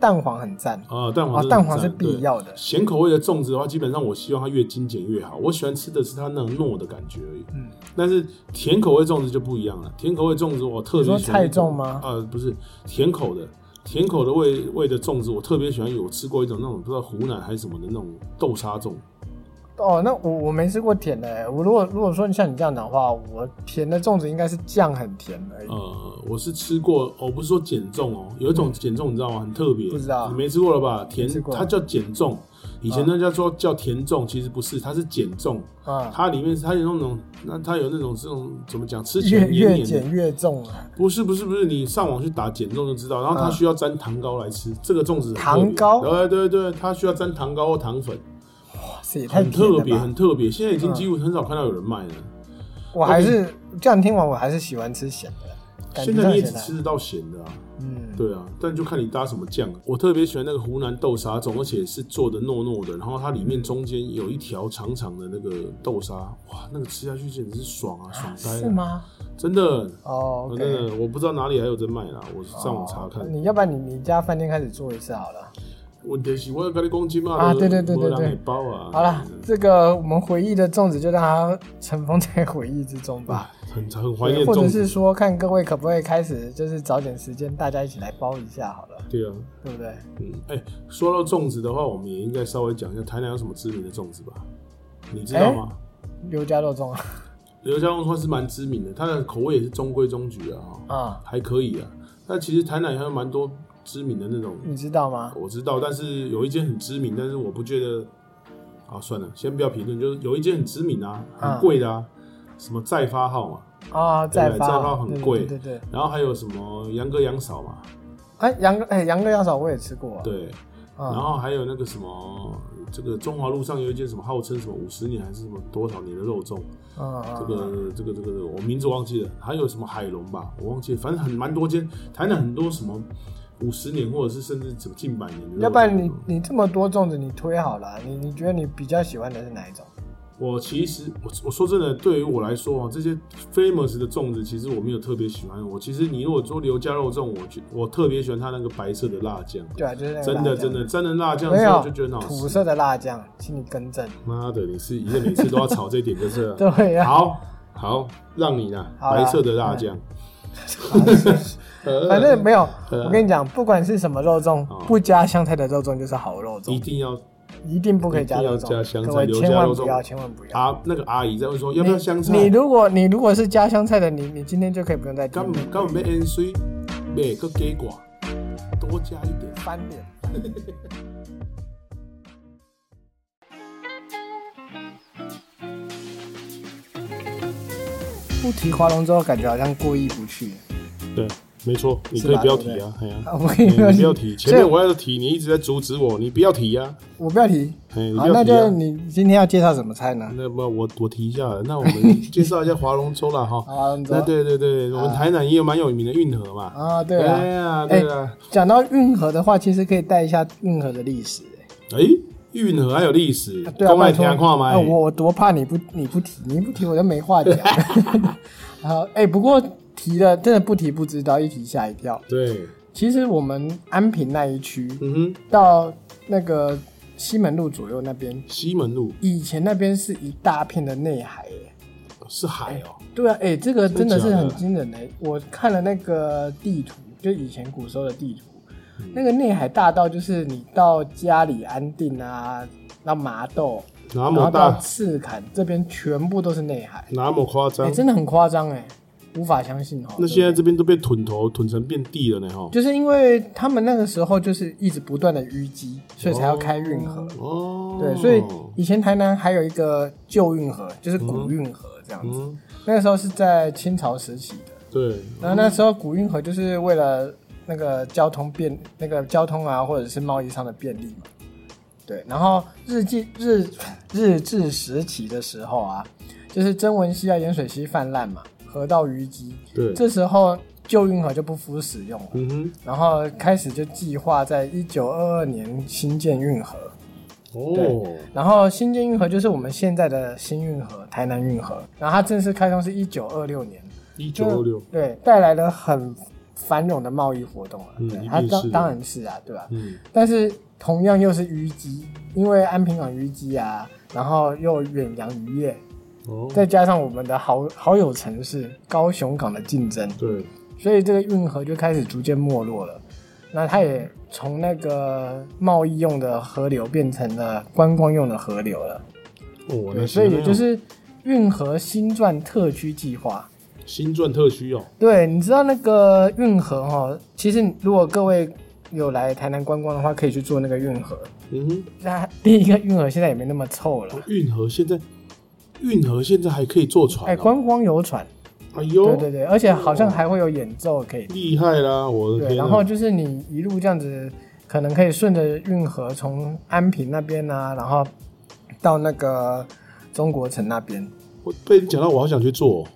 B: 蛋黄很赞。
A: 啊、蛋
B: 啊
A: 黄、
B: 蛋黄是必要的
A: 咸口味的粽子的话，基本上我希望它越精简越好。我喜欢吃的是它那种糯的感觉而已。
B: 嗯，
A: 但是甜口味粽子就不一样了。甜口味粽子我特别
B: 你说
A: 喜欢
B: 菜
A: 一种
B: 粽吗
A: 呃，不是甜口的，甜口的味味的粽子我特别喜欢。有吃过一种那种不知道湖南还是什么的那种豆沙粽，
B: 哦，那我我没吃过甜的、欸。我如果如果说你像你这样讲的话，我甜的粽子应该是酱很甜而已。
A: 呃，我是吃过，我、不是说减重哦，有一种减重你知道吗？很特别，
B: 嗯不知道
A: 你没吃过了吧？甜
B: 吃，过嗯
A: 它叫减重，以前那叫说叫甜粽，其实不是，它是减重，
B: 啊、
A: 哦它里面是它有那种，那它有那种这种怎么讲，吃起来
B: 越
A: 黏
B: 越
A: 黏的
B: 减。越重啊！
A: 不是不是不是，你上网去打减重就知道，然后它
B: 嗯
A: 需要沾糖糕来吃，这个粽子很特别
B: 糖糕
A: 对对对，它需要沾糖糕或糖粉，
B: 哇塞，也太
A: 很
B: 甜
A: 特
B: 了
A: 别
B: 吧嗯
A: 很！特别，现在已经几乎很少看到有人卖了。
B: 我还是这样听完，我还是喜欢吃咸的。感觉
A: 哦现在你也
B: 上
A: 只
B: 咸的
A: 吃得到咸的啊，
B: 嗯，
A: 对啊，但就看你搭什么酱啊。我特别喜欢那个湖南豆沙粽，而且是做的糯糯的，然后它里面中间有一条长长的那个豆沙，哇，那个吃下去简直是爽啊，爽呆了。
B: 是？吗？
A: 真的，
B: 哦
A: 真
B: ，OK，
A: 的，我不知道哪里还有在卖啦，我上网查看。嗯
B: 哦你要不然你你家饭店开始做一次好了。
A: 问题是我要跟你讲，今嘛
B: 啊对对对对对
A: 包啊。
B: 好了，这个我们回忆的粽子就让它尘封在回忆之中吧。
A: 哇，很很 *laughs* 怀念
B: 或
A: 粽
B: 者
A: 子
B: 是，说，看各位可不可以开始，就是找点时间，大家一起来包一下好了，
A: 对啊，
B: 对不对？
A: 嗯，哎、说到粽子的话，我们也应该稍微讲一下台南有什么知名的粽子吧？你知道吗？
B: 哎刘家肉粽 *laughs* 啊，
A: 刘家旺算是蛮知名的，它的口味也是中规中矩啊、哦
B: 啊，
A: 还可以啊。那其实台南也还有蛮多知名的那种，
B: 你知道吗？
A: 我知道，但是有一间很知名，但是我不觉得啊，算了，先不要评论，就是有一间很知名啊，
B: 啊
A: 很贵的啊，什么再发号嘛，
B: 啊，再
A: 对
B: 发
A: 再发很
B: 对对
A: 贵
B: 对对对。
A: 然后还有什么杨哥杨嫂嘛，
B: 哎，杨哥，哎，杨哥药草我也吃过啊，
A: 对，然
B: 啊，
A: 后还有那个什么，这个中华路上有一间什么号称什么五十年还是什么多少年的肉粽，
B: 嗯
A: 这
B: 嗯，
A: 个这个这个我名字忘记了，还有什么海龙吧，我忘记了，反正很蛮多间，台南很多什么五十年或者是甚至怎么近百年的肉粽。
B: 要不然你你这么多粽子，你推好了，啊你你觉得你比较喜欢的是哪一种？
A: 我其实我我说真的，对于我来说啊，这些 famous 的粽子其实我没有特别喜欢。我其实你如果说刘家肉粽，我觉我特别喜欢它那个白色的辣酱，
B: 对啊，就是那个
A: 真的真
B: 辣酱
A: 的沾了辣酱
B: 没
A: 之后
B: 有
A: 就觉得很好
B: 土
A: 吃
B: 色。的辣酱，请你更正。
A: 妈的，你是一个每次都要吵这一点就是了。
B: *laughs* 对呀，
A: 好好让你啦，
B: 好啦
A: 白色的辣
B: *laughs*
A: 酱，
B: 反正没有，
A: 呃
B: 我跟你讲，不管是什么肉粽
A: 哦，
B: 不加香菜的肉粽就是好肉
A: 一
B: 粽。
A: 定要
B: 一定不可以加肉
A: 一定要加香
B: 粽，
A: 菜
B: 各位
A: 留
B: 千
A: 加
B: 万
A: 肉
B: 不
A: 粽
B: 要，千万不要。
A: 阿啊那个阿姨在问说要不要香菜，
B: 你如果你如果是加香菜的，你你今天就可以不用再听
A: 根
B: 了
A: 本根本被淹水，每个给寡，多加一点。
B: 翻 *laughs* 脸。不提划龙舟，感觉好像过意不去。
A: 对，没错，你
B: 是
A: 可以
B: 吧
A: 不要
B: 对
A: 提
B: 不对
A: 啊，哎呀
B: 啊，我
A: 哎
B: 跟
A: 你
B: 说，
A: 不要提，前
B: 所以
A: 面我要提，你一直在阻止我，你不要提啊呀。
B: 我不要提。
A: 哎，你
B: 好，
A: 不要
B: 那
A: 提啊
B: 就你今天要介绍什么菜呢？
A: 那么我我提一下，那我们介绍一下划龙舟
B: *laughs*
A: 了哈。
B: 啊，你
A: 那
B: 说
A: 对对对，我们台南也有蛮有名的运河嘛。
B: 啊，对
A: 哎
B: 了，
A: 呀，对啊，
B: 讲到运河的话，其实可以带一下运河的历史。
A: 哎，运河还有历史，
B: 对啊，
A: 公爱
B: 拜
A: 听
B: 托，
A: 看嘛。哎
B: 啊我我多怕你不你不提，你不提我就没话
A: *laughs*
B: 讲。好，哎、不过提了真的不提不知道，一提吓一跳。
A: 对，
B: 其实我们安平那一区
A: 嗯哼，
B: 到那个西门路左右那边，
A: 西门路
B: 以前那边是一大片的内海、哎
A: 是海哦，
B: 对啊，哎、这个真的是
A: 真假的
B: 很惊人的、我看了那个地图，就以前古时候的地图，
A: 嗯
B: 那个内海大道就是你到嘉里安定啊，到麻豆，
A: 那
B: 然后
A: 么
B: 到
A: 大，
B: 赤坎这边全部都是内海，
A: 那么夸
B: 哎、
A: 张。
B: 真的很夸张哎，无法相信哦。
A: 那
B: 对不
A: 现在
B: 对
A: 这边都被吞头吞成遍地了呢哈。
B: 就是因为他们那个时候就是一直不断的淤积，所以才要开运河。
A: 哦，
B: 对，所以以前台南还有一个旧运河，就是古运河这样子。
A: 嗯，
B: 那个时候是在清朝时期的，
A: 对，
B: 然后那时候古运河就是为了那个交通便，那个交通啊，或者是贸易上的便利嘛。对，然后日记日 *laughs* 日治时期的时候啊，就是曾文溪啊、盐水溪泛滥嘛，河道淤积，
A: 对，
B: 这时候旧运河就不敷使用了，
A: 嗯哼，
B: 然后开始就计划在一九二二年新建运河。
A: 哦
B: 对，然后新建运河就是我们现在的新运河，台南运河。然后它正式开通是一九二六年，
A: 一九二六，
B: 对，带来了很繁荣的贸易活动啊。
A: 嗯
B: 对
A: 一，
B: 它
A: 定是
B: 当
A: 的
B: 当然是啊，对吧、
A: 嗯，
B: 但是同样又是淤积，因为安平港淤积啊，然后又远洋渔业，
A: 哦，
B: 再加上我们的好好友城市高雄港的竞争，
A: 对，
B: 所以这个运河就开始逐渐没落了。那它也从那个贸易用的河流变成了观光用的河流了。
A: 哦，
B: 对，
A: 那
B: 所以
A: 现
B: 也
A: 在
B: 就是运河新转特区计划。
A: 新转特区哦，
B: 对，你知道那个运河哈，其实如果各位有来台南观光的话，可以去做那个运河。
A: 嗯哼。
B: 那第一个运河现在也没那么臭了，
A: 哦运河现在，运河现在还可以坐船、哦，
B: 哎，观光游船，
A: 哎
B: 对
A: 呦，
B: 对对，而且好像还会有演奏可以听。
A: 厉害啦！我的
B: 对，
A: 天、啊，
B: 然后就是你一路这样子，可能可以顺着运河从安平那边啊，然后到那个中国城那边。
A: 我被你讲到，我好想去做哦、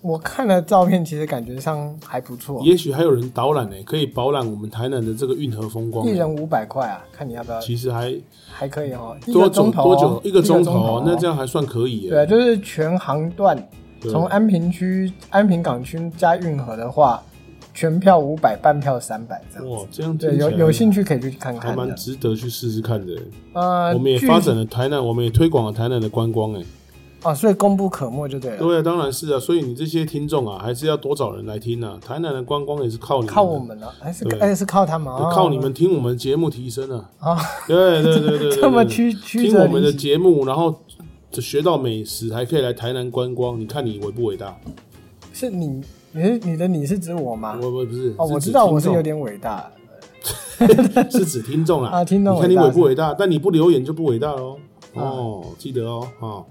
B: 我看了照片，其实感觉上还不错，
A: 也许还有人导览呢、可以饱览我们台南的这个运河风光
B: 一。人五百块啊，看你要不要，
A: 其实还
B: 还可以哦，一
A: 多
B: 个
A: 久
B: 钟头
A: 多久
B: 哦
A: 一个钟头
B: 头
A: 哦
B: 哦，
A: 那这样还算可以耶、
B: 对，就是全航段
A: 对
B: 从安平区、安平港区加运河的话，全票五百，半票三百这样。
A: 哇，这样
B: 对，有有兴趣可以去看
A: 还
B: 看
A: 蛮
B: 的。
A: 值得去试试看的、
B: 呃，
A: 我们也
B: 距
A: 发展了台南，我们也推广了台南的观光哎、
B: 哦，所以功不可没就对了。
A: 对啊，当然是啊，所以你这些听众啊，还是要多找人来听啊。台南的观光也是靠你，
B: 靠我，们了，还是
A: 对
B: 哎是靠他们
A: 对
B: 哦，
A: 靠你们听我们节目提升啊。
B: 啊，
A: 对对对对对，对
B: 这么曲曲
A: 听
B: 折
A: 我们的
B: 离奇，
A: 节目，然后学到美食，还可以来台南观光，你看你伟不伟大？
B: 是你你是你的你是指我吗？
A: 我我不是
B: 哦，
A: 是
B: 我
A: 指
B: 知道
A: 听
B: 我是
A: 众啊
B: 有点伟大，
A: *laughs*
B: *laughs*
A: 是指听众啦
B: 啊听众
A: 你看你
B: 伟大
A: 伟不伟大？但你不留言就不伟大喽。
B: 啊
A: 哦，记得哦，
B: *laughs*
A: 哦。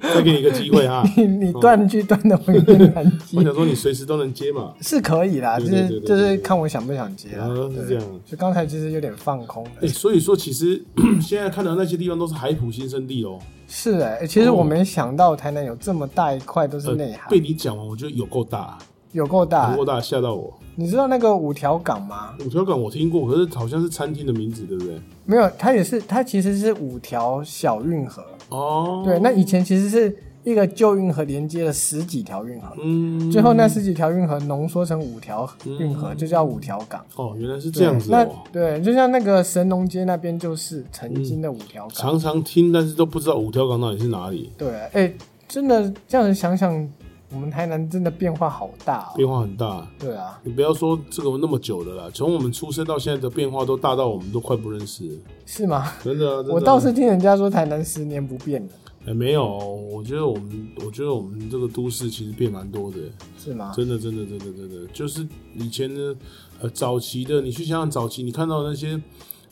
A: 再给你一个机会哈，
B: *laughs* 你你断句断的我有点难
A: *laughs* 我
B: 接，
A: 想说你随时都能接嘛。
B: 是可以啦，就
A: 对对
B: 是
A: 对对对
B: 就是
A: 对
B: 看我想不想接啦
A: 啊，是
B: 对
A: 这样
B: 就刚才其实有点放空
A: 哎，
B: 了，
A: 所以说其实 *clears throat* 现在看到那些地方都是海普新生地哦。
B: 是哎，其实
A: 哦
B: 我没想到台南有这么大一块都是
A: 呃
B: 内海
A: 被，你讲完，我觉得有够大，
B: 有够大
A: 有够。大，吓到我。
B: 你知道那个五条港吗？
A: 五条港我听过，可是好像是餐厅的名字，对不对？
B: 没有，它也是它其实是五条小运河，
A: 哦，
B: 对，那以前其实是一个旧运河连接了十几条运河，
A: 嗯，
B: 最后那十几条运河浓缩成五条运河，
A: 嗯
B: 就叫五条港。
A: 哦，原来是这样子
B: 那
A: 哦。
B: 对，就像那个神农街那边就是曾经的五条港。
A: 常常听，但是都不知道五条港到底是哪里，
B: 对，哎、真的这样子想想，我们台南真的变化好大、哦。
A: 变化很大。
B: 对啊，
A: 你不要说这个那么久了啦，从我们出生到现在的变化都大到我们都快不认识了，
B: 是吗？
A: 真的啊。真的啊
B: 我倒是听人家说台南十年不变的，
A: 哎、没有，我觉得我们，我觉得我们这个都市其实变蛮多的，
B: 是吗？
A: 真的，真的，真的，真的，就是以前的呃早期的，你去想想早期你看到那些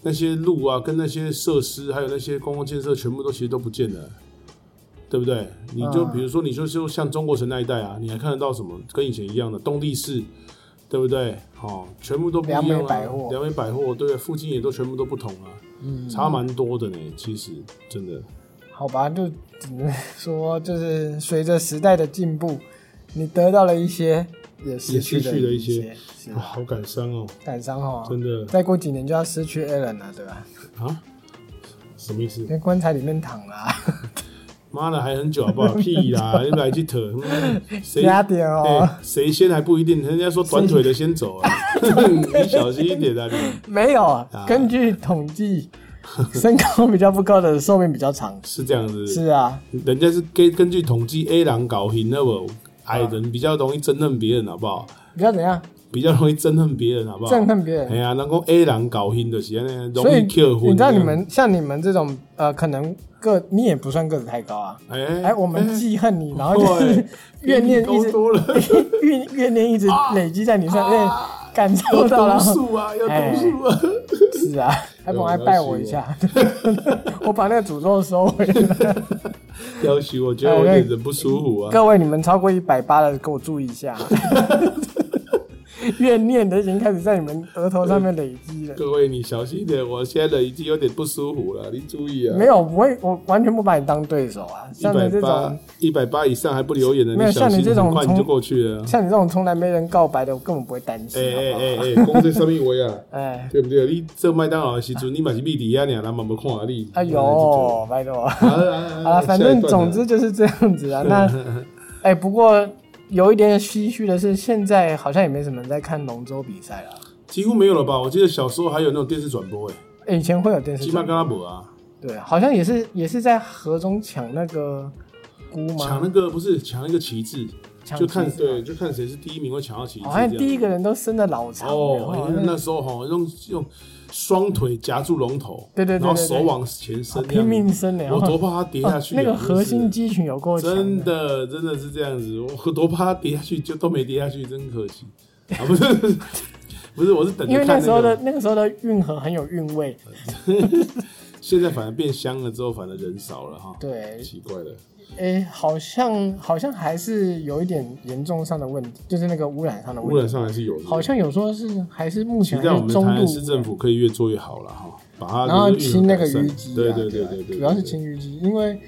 A: 那些路啊，跟那些设施，还有那些公共建设，全部都其实都不见了。对不对？你就
B: 嗯
A: 比如说，你就就像中国城那一带啊，你还看得到什么跟以前一样的东力士，对不对？哦，全部都不一样
B: 良美
A: 了、
B: 百货
A: 良美百货，对，附近也都全部都不同啊，
B: 嗯，
A: 差蛮多的呢。其实真的，
B: 好吧，就只能说，就是随着时代的进步，你得到了一些，也失去
A: 也失去了
B: 一
A: 一些
B: 是啊
A: 哇，好感伤哦，
B: 感伤哦。
A: 真的
B: 再过几年就要失去 Alan 了，对吧？
A: 啊，什么意思？
B: 在棺材里面躺了、啊，
A: 妈的，还很久好不
B: *laughs*
A: 好？屁啦，你们来去扯，嗯谁
B: 加点哦
A: 哎谁先还不一定，人家说短腿的先
B: *laughs*
A: 走啊，你小心一点啊，你
B: 没有。
A: 啊
B: 根据统计，身高比较不高的寿命比较长。
A: 是这样子，
B: 是啊，
A: 人家是根根据统计 A 狼搞赢了不？矮人比较容易憎恨别人，好不好？
B: 比较怎样？
A: 比较容易憎恨别人，好不好？
B: 憎恨别人
A: 哎呀，能够 A 狼搞赢的是安尼，容
B: 所以
A: 易扣分。
B: 你知道你们像你们这种呃，可能个你也不算个子太高啊。
A: 哎
B: 哎，我们记恨你，然后
A: 对
B: 就是 *laughs* 怨念
A: 嗯比
B: 一
A: 你
B: 直
A: 高多了，
B: *laughs* 怨怨念一直累积在你上面，感受
A: 有
B: 到了
A: 毒。素啊，有毒素啊。
B: 是啊，还猛来拜我一下， *laughs* 我把那个诅咒收回来。
A: *laughs* 要许，我觉得
B: 哎
A: 我有点人不舒服啊。
B: *laughs* 各位，你们超过一百八的，给我注意一下。 *laughs* 怨念都已经开始在你们额头上面累积了。
A: 各位，你小心一点，我现在人已经有点不舒服了，你注意啊。
B: 没有，我也我完全不把你当对手啊。像
A: 一
B: 你
A: 百
B: 这
A: 八
B: 种，，
A: 一百八以上还不留言的，
B: 没有
A: 小
B: 像
A: 心
B: 你这种
A: 很快你
B: 从
A: 就过去了啊。
B: 像你这种从来没人告白的，我根本不会担
A: 哎
B: 心。
A: 哎
B: 好不好
A: 哎哎，讲这什么话啊？
B: 哎，
A: 对不对？你做麦当劳的时阵，你嘛是米底亚尔，人嘛无看下你。
B: 哎呦，拜
A: *laughs*
B: 托。
A: 好啦，
B: 好了，反正总之就是这样子啊。那，
A: *laughs*
B: 哎、不过有一点唏嘘的是，现在好像也没什么人在看龙舟比赛了。
A: 几乎没有了吧？我记得小时候还有那种电视转播，哎，
B: 哎以前会有电视
A: 起
B: 转
A: 码跟他无啊，
B: 对，好像也是也是在河中抢那个菇
A: 抢
B: 吗？
A: 那个不是抢那个旗帜，
B: 抢
A: 就看
B: 旗子吗
A: 对，就看谁是第一名会抢到旗帜。
B: 好像第一个
A: 人
B: 人都伸的老长
A: 哦，哎
B: 然后
A: 那时候哈用用双腿夹住龙头，
B: 对对对对对
A: 然
B: 啊
A: 后手往前伸，
B: 拼命伸
A: 这
B: 的，
A: 样子，我多怕他跌下去啊。
B: 哦那个
A: 真是
B: 核心肌群有够强，
A: 真的真的是这样子，我多怕他跌下去，就都没跌下去，真可惜。啊，不是 *laughs* 不是，我是等着
B: 因为
A: 看
B: 那
A: 那
B: 时候的
A: 个，
B: 那个时候的运河很有韵味。
A: 现在反而变香了之后，反而人少了哈。，
B: 对，
A: 奇怪了。
B: 哎、好像好像还是有一点严重上的问题，就是那个污染上的问
A: 污
B: 题。
A: 染上还是有的，
B: 好像有说是还是目
A: 期
B: 前
A: 待
B: 还
A: 我们台
B: 是中
A: 南市
B: 度，
A: 政府可以越做越好了哈，把它
B: 然后
A: 就是运
B: 清
A: 河
B: 那个
A: 改善
B: 虞姬、啊，
A: 对对对
B: 对
A: 对对，
B: 主要是
A: 对
B: 清虞姬，因为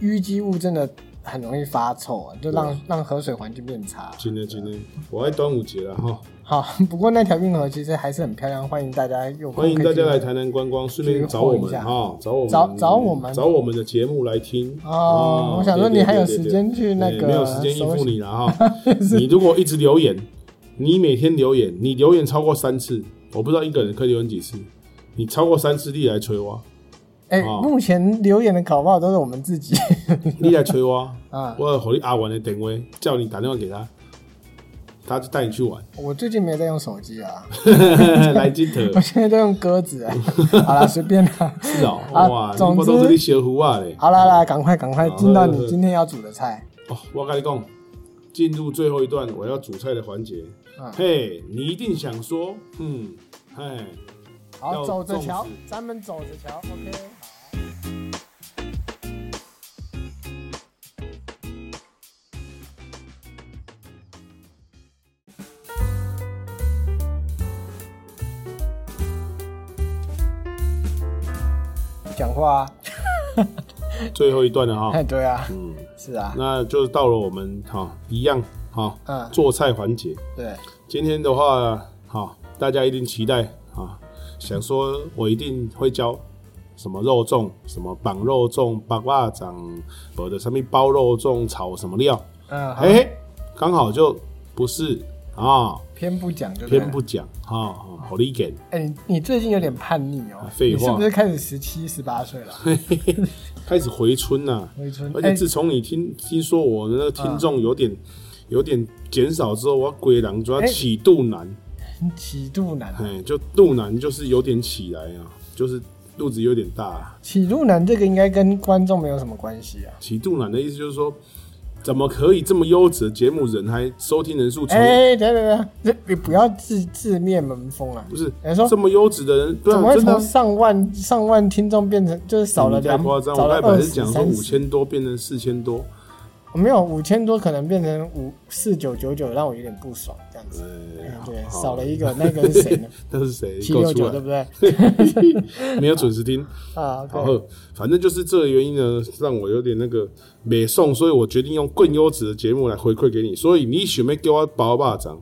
B: 虞姬物真的很容易发臭啊，就让让河水环境变差。
A: 今天今天我爱端午节了哈，
B: 好， *laughs* 不过那条运河其实还是很漂亮，欢迎大家有空
A: 欢迎
B: 可
A: 大
B: 以去
A: 家来台南观光，顺便找我们哈，找我们
B: 找找我们
A: 找我们的节目来听
B: 哦
A: 啊
B: 我想说
A: 对对
B: 你还有
A: 对对
B: 时间去那
A: 对哎
B: 个
A: 没有时间应
B: 搜
A: 付
B: 寻
A: 你了哈， *laughs* 你如果一直留言，你每天留言，你留言超过三次，我不知道一个人可以留言几次，你超过三次，你来催 *laughs* 我，
B: 哎、
A: 哦
B: 目前留言的搞不好都是我们自己 *laughs*
A: 你来催我。
B: 啊。
A: 我回阿玩的电话，叫你打电话给他，他就带你去玩。 *laughs*
B: 我最近没有在用手机啊，
A: 来金特 *laughs*
B: 我现在都用鸽子、啊。好啦，随便啦。
A: 是哦，
B: 啊
A: 哇，
B: 总
A: 你
B: 之
A: 我都这里小胡啊嘞。
B: 好啦啦，赶快赶快进到
A: 好
B: 你
A: 的
B: 今天要煮的菜。
A: 哦，我跟你讲，进入最后一段我要煮菜的环节。
B: 嗯
A: 嘿，你一定想说，嗯，嘿，
B: 好，
A: 要
B: 走着
A: 粽子
B: 瞧，咱们走着瞧，OK。讲话啊，
A: 最后一段了哈
B: 哎，。 *laughs* 对啊，
A: 嗯，
B: 是啊，
A: 那就是到了我们哈一样哈
B: 嗯，
A: 做菜环节。
B: 对，
A: 今天的话，哈，大家一定期待啊，想说我一定会教什么肉粽，什么绑肉粽、八卦掌，或者什么包肉粽、炒什么料，
B: 嗯，好
A: 哎、刚好就不是啊，
B: 偏不讲就对了
A: 偏不讲啊，好利给，
B: 哎，你你最近有点叛逆哦，
A: 废
B: 你是
A: 话
B: 不是开始十七、十八
A: *laughs*
B: 岁了？
A: 开始回春呐、
B: 回春
A: 而
B: 哎啊
A: 且自从你听听说我的那个听众有点、有点减少之后，我鬼狼主要
B: 哎
A: 起肚腩。
B: 起肚腩，
A: 哎，就肚腩就是有点起来啊，就是肚子有点大、
B: 起肚腩这个应该跟观众没有什么关系啊。
A: 起肚腩的意思就是说，怎么可以这么优质的节目，人还收听人数从、
B: 哎、等一下等一下，这你不要自自灭门风啊！
A: 不是
B: 人家说
A: 这么优质的人，对
B: 怎么
A: 啊，
B: 会
A: 真的啊
B: 从上万上万听众变成就是少了
A: 你太
B: 两
A: 夸张，
B: 少
A: 我
B: 了
A: 代
B: 二
A: 表
B: 十
A: 是讲说
B: 三
A: 五
B: 十？
A: 千多变成四千多，
B: 没有五千多，可能变成五四九九九，让我有点不爽这样子。
A: 对
B: 嗯，对，少了一个，那个
A: *laughs*
B: 是谁呢？
A: 那是谁？
B: 七
A: 够
B: 六
A: 出
B: 九
A: 来
B: 对不对？
A: *laughs* 没有准时听。
B: 啊
A: 好
B: ，OK，，
A: 反正就是这个原因呢，让我有点那个美送，所以我决定用更优质的节目来回馈给你。所以你想要给我包巴掌，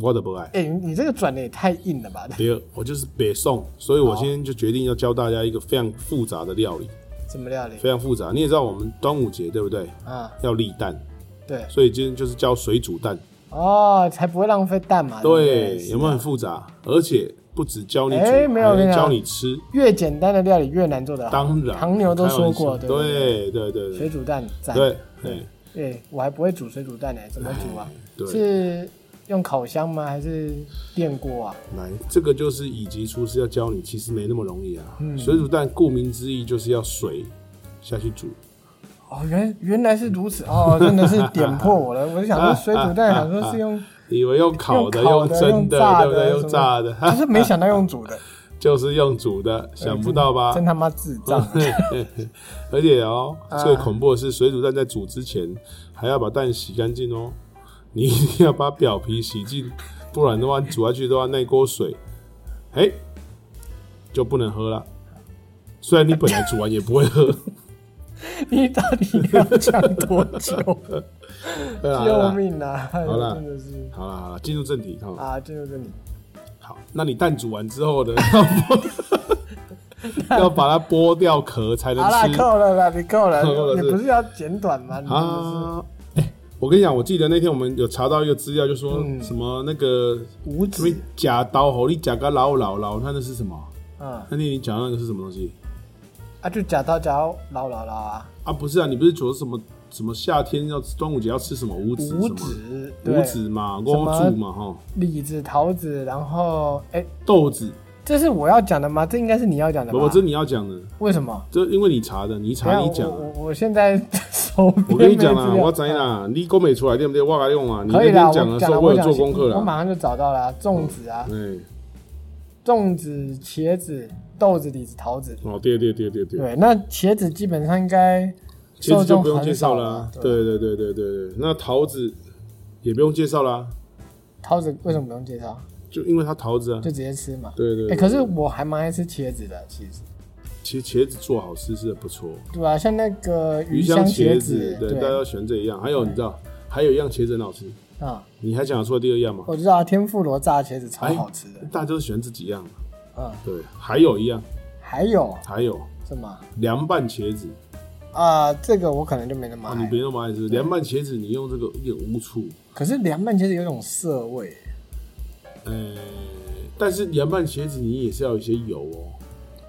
A: 我都不爱。
B: 哎，你你这个转的也太硬了吧？ *laughs*
A: 第二，我就是北宋，所以我今天就决定要教大家一个非常复杂的料理，
B: 怎么料理
A: 非常复杂。你也知道我们端午节对不对？
B: 啊？
A: 要立蛋，
B: 对，
A: 所以今天就是教水煮蛋。
B: 哦，才不会浪费蛋嘛。
A: 对
B: 对不，对，啊
A: 有没有很复杂？而且不止教你煮，
B: 哎没有
A: 还
B: 没有
A: 教你吃。
B: 越简单的料理越难做得好。
A: 当然，
B: 唐牛都说过，
A: 开
B: 不
A: 玩笑对对对
B: 水
A: 对
B: 煮蛋赞。
A: 对哎对
B: 对，我还不会煮水煮蛋呢，怎么煮啊？
A: 对，
B: 是用烤箱吗？还是电锅啊？
A: 来，这个就是以及厨师要教你，其实没那么容易啊。
B: 嗯
A: 水煮蛋顾名之义就是要水下去煮，
B: 哦，原原来是如此哦，真的是点破
A: *laughs*
B: 我了。我就想说水煮蛋，想说是用，
A: 以为用烤的、
B: 用烤的
A: 蒸
B: 用炸
A: 对不
B: 的
A: 对？
B: 什么
A: 用炸的， *laughs*
B: 可是没想到用煮的，
A: 就是用煮的，想不到吧？
B: 哎真他妈智障！
A: 而且哦，
B: 啊
A: 最恐怖的是，水煮蛋在煮之前还要把蛋洗干净哦， *laughs* 你一定要把表皮洗净，不然的话煮下去的话那锅水，哎、就不能喝了。虽然你本来煮完也不会
B: *laughs*
A: 喝，
B: 你到底要讲多
A: *laughs*
B: 久？
A: 对啦
B: 救！命啊！
A: 好啦
B: 真的是
A: 好了好了，进入正题哈、哦
B: 啊，进入这里，
A: 好，那你蛋煮完之后呢， *laughs* 要剥要把它剥掉壳才能
B: 好啦，
A: 吃。
B: 够了啦，你
A: *laughs*
B: 够了
A: 够了，
B: 你
A: 是
B: 不是要简短吗？你真的
A: 啊，哎我跟你讲，我记得那天我们有查到一个资料，就说
B: 嗯
A: 什么那个
B: 是无
A: 什么
B: 耻
A: 假刀吼，你假个老老老，那那是什么？
B: 啊！
A: 那天你讲那个是什么东西
B: 啊，就假刀假刀捞捞捞啊！
A: 啊？不是啊，你不是说什么什么夏天要端午节要吃什么五子什
B: 五
A: 么
B: 指，对
A: 五子嘛，公主嘛哈，
B: 李子、桃子，然后哎、
A: 豆子，
B: 这是我要讲的吗？这应该是你要讲的吧？
A: 我我这你要讲的，
B: 为什么？
A: 这因为你查的，你查
B: 等
A: 你
B: 一下
A: 讲
B: 我
A: 的。
B: 我我现在 *laughs* 手边
A: 我跟你讲
B: *laughs* 没有
A: 啦，
B: 资
A: 我知
B: 料
A: 啦，你讲没出来对不对？我来用啊，你那
B: 可以
A: 天
B: 啦，
A: 讲的
B: 我
A: 时
B: 讲了
A: 候，
B: 我
A: 有
B: 讲
A: 做功课
B: 我
A: 啦。
B: 马上就找到了啊粽子啊，
A: 哎，
B: 粽子、茄子、豆子、李子、桃子。
A: 哦，对对对对对。
B: 对，那茄子基本上应该
A: 茄
B: 受
A: 子就
B: 众
A: 不用介
B: 很
A: 绍啦、
B: 少了。啊
A: 对对对对对对，那桃子也不用介绍啦、
B: 桃子为什么不用介绍？
A: 就因为它桃子啊。
B: 就直接吃嘛。
A: 对对对
B: 哎，可是我还蛮爱吃茄子的，其实。
A: 其实茄子做好吃是不错，
B: 对啊，像那个
A: 鱼
B: 香
A: 香茄
B: 子，
A: 对，大家都喜欢这一样。还有你知道，还有一样茄子很好吃，
B: 啊，
A: 你还讲得出来第二样吗？
B: 我知道啊天妇罗炸茄子超
A: 哎
B: 好吃的。
A: 大家都喜欢这几样嘛。
B: 嗯，
A: 对，还有一样，
B: 还有
A: 还有
B: 什么
A: 凉拌茄子
B: 啊、这个我可能就没那么
A: 啊，
B: 爱。
A: 你别那么爱吃。凉拌茄子你用这个有点无醋，
B: 可是凉拌茄子有种涩味，
A: 呃，但是凉拌茄子你也是要有一些油哦。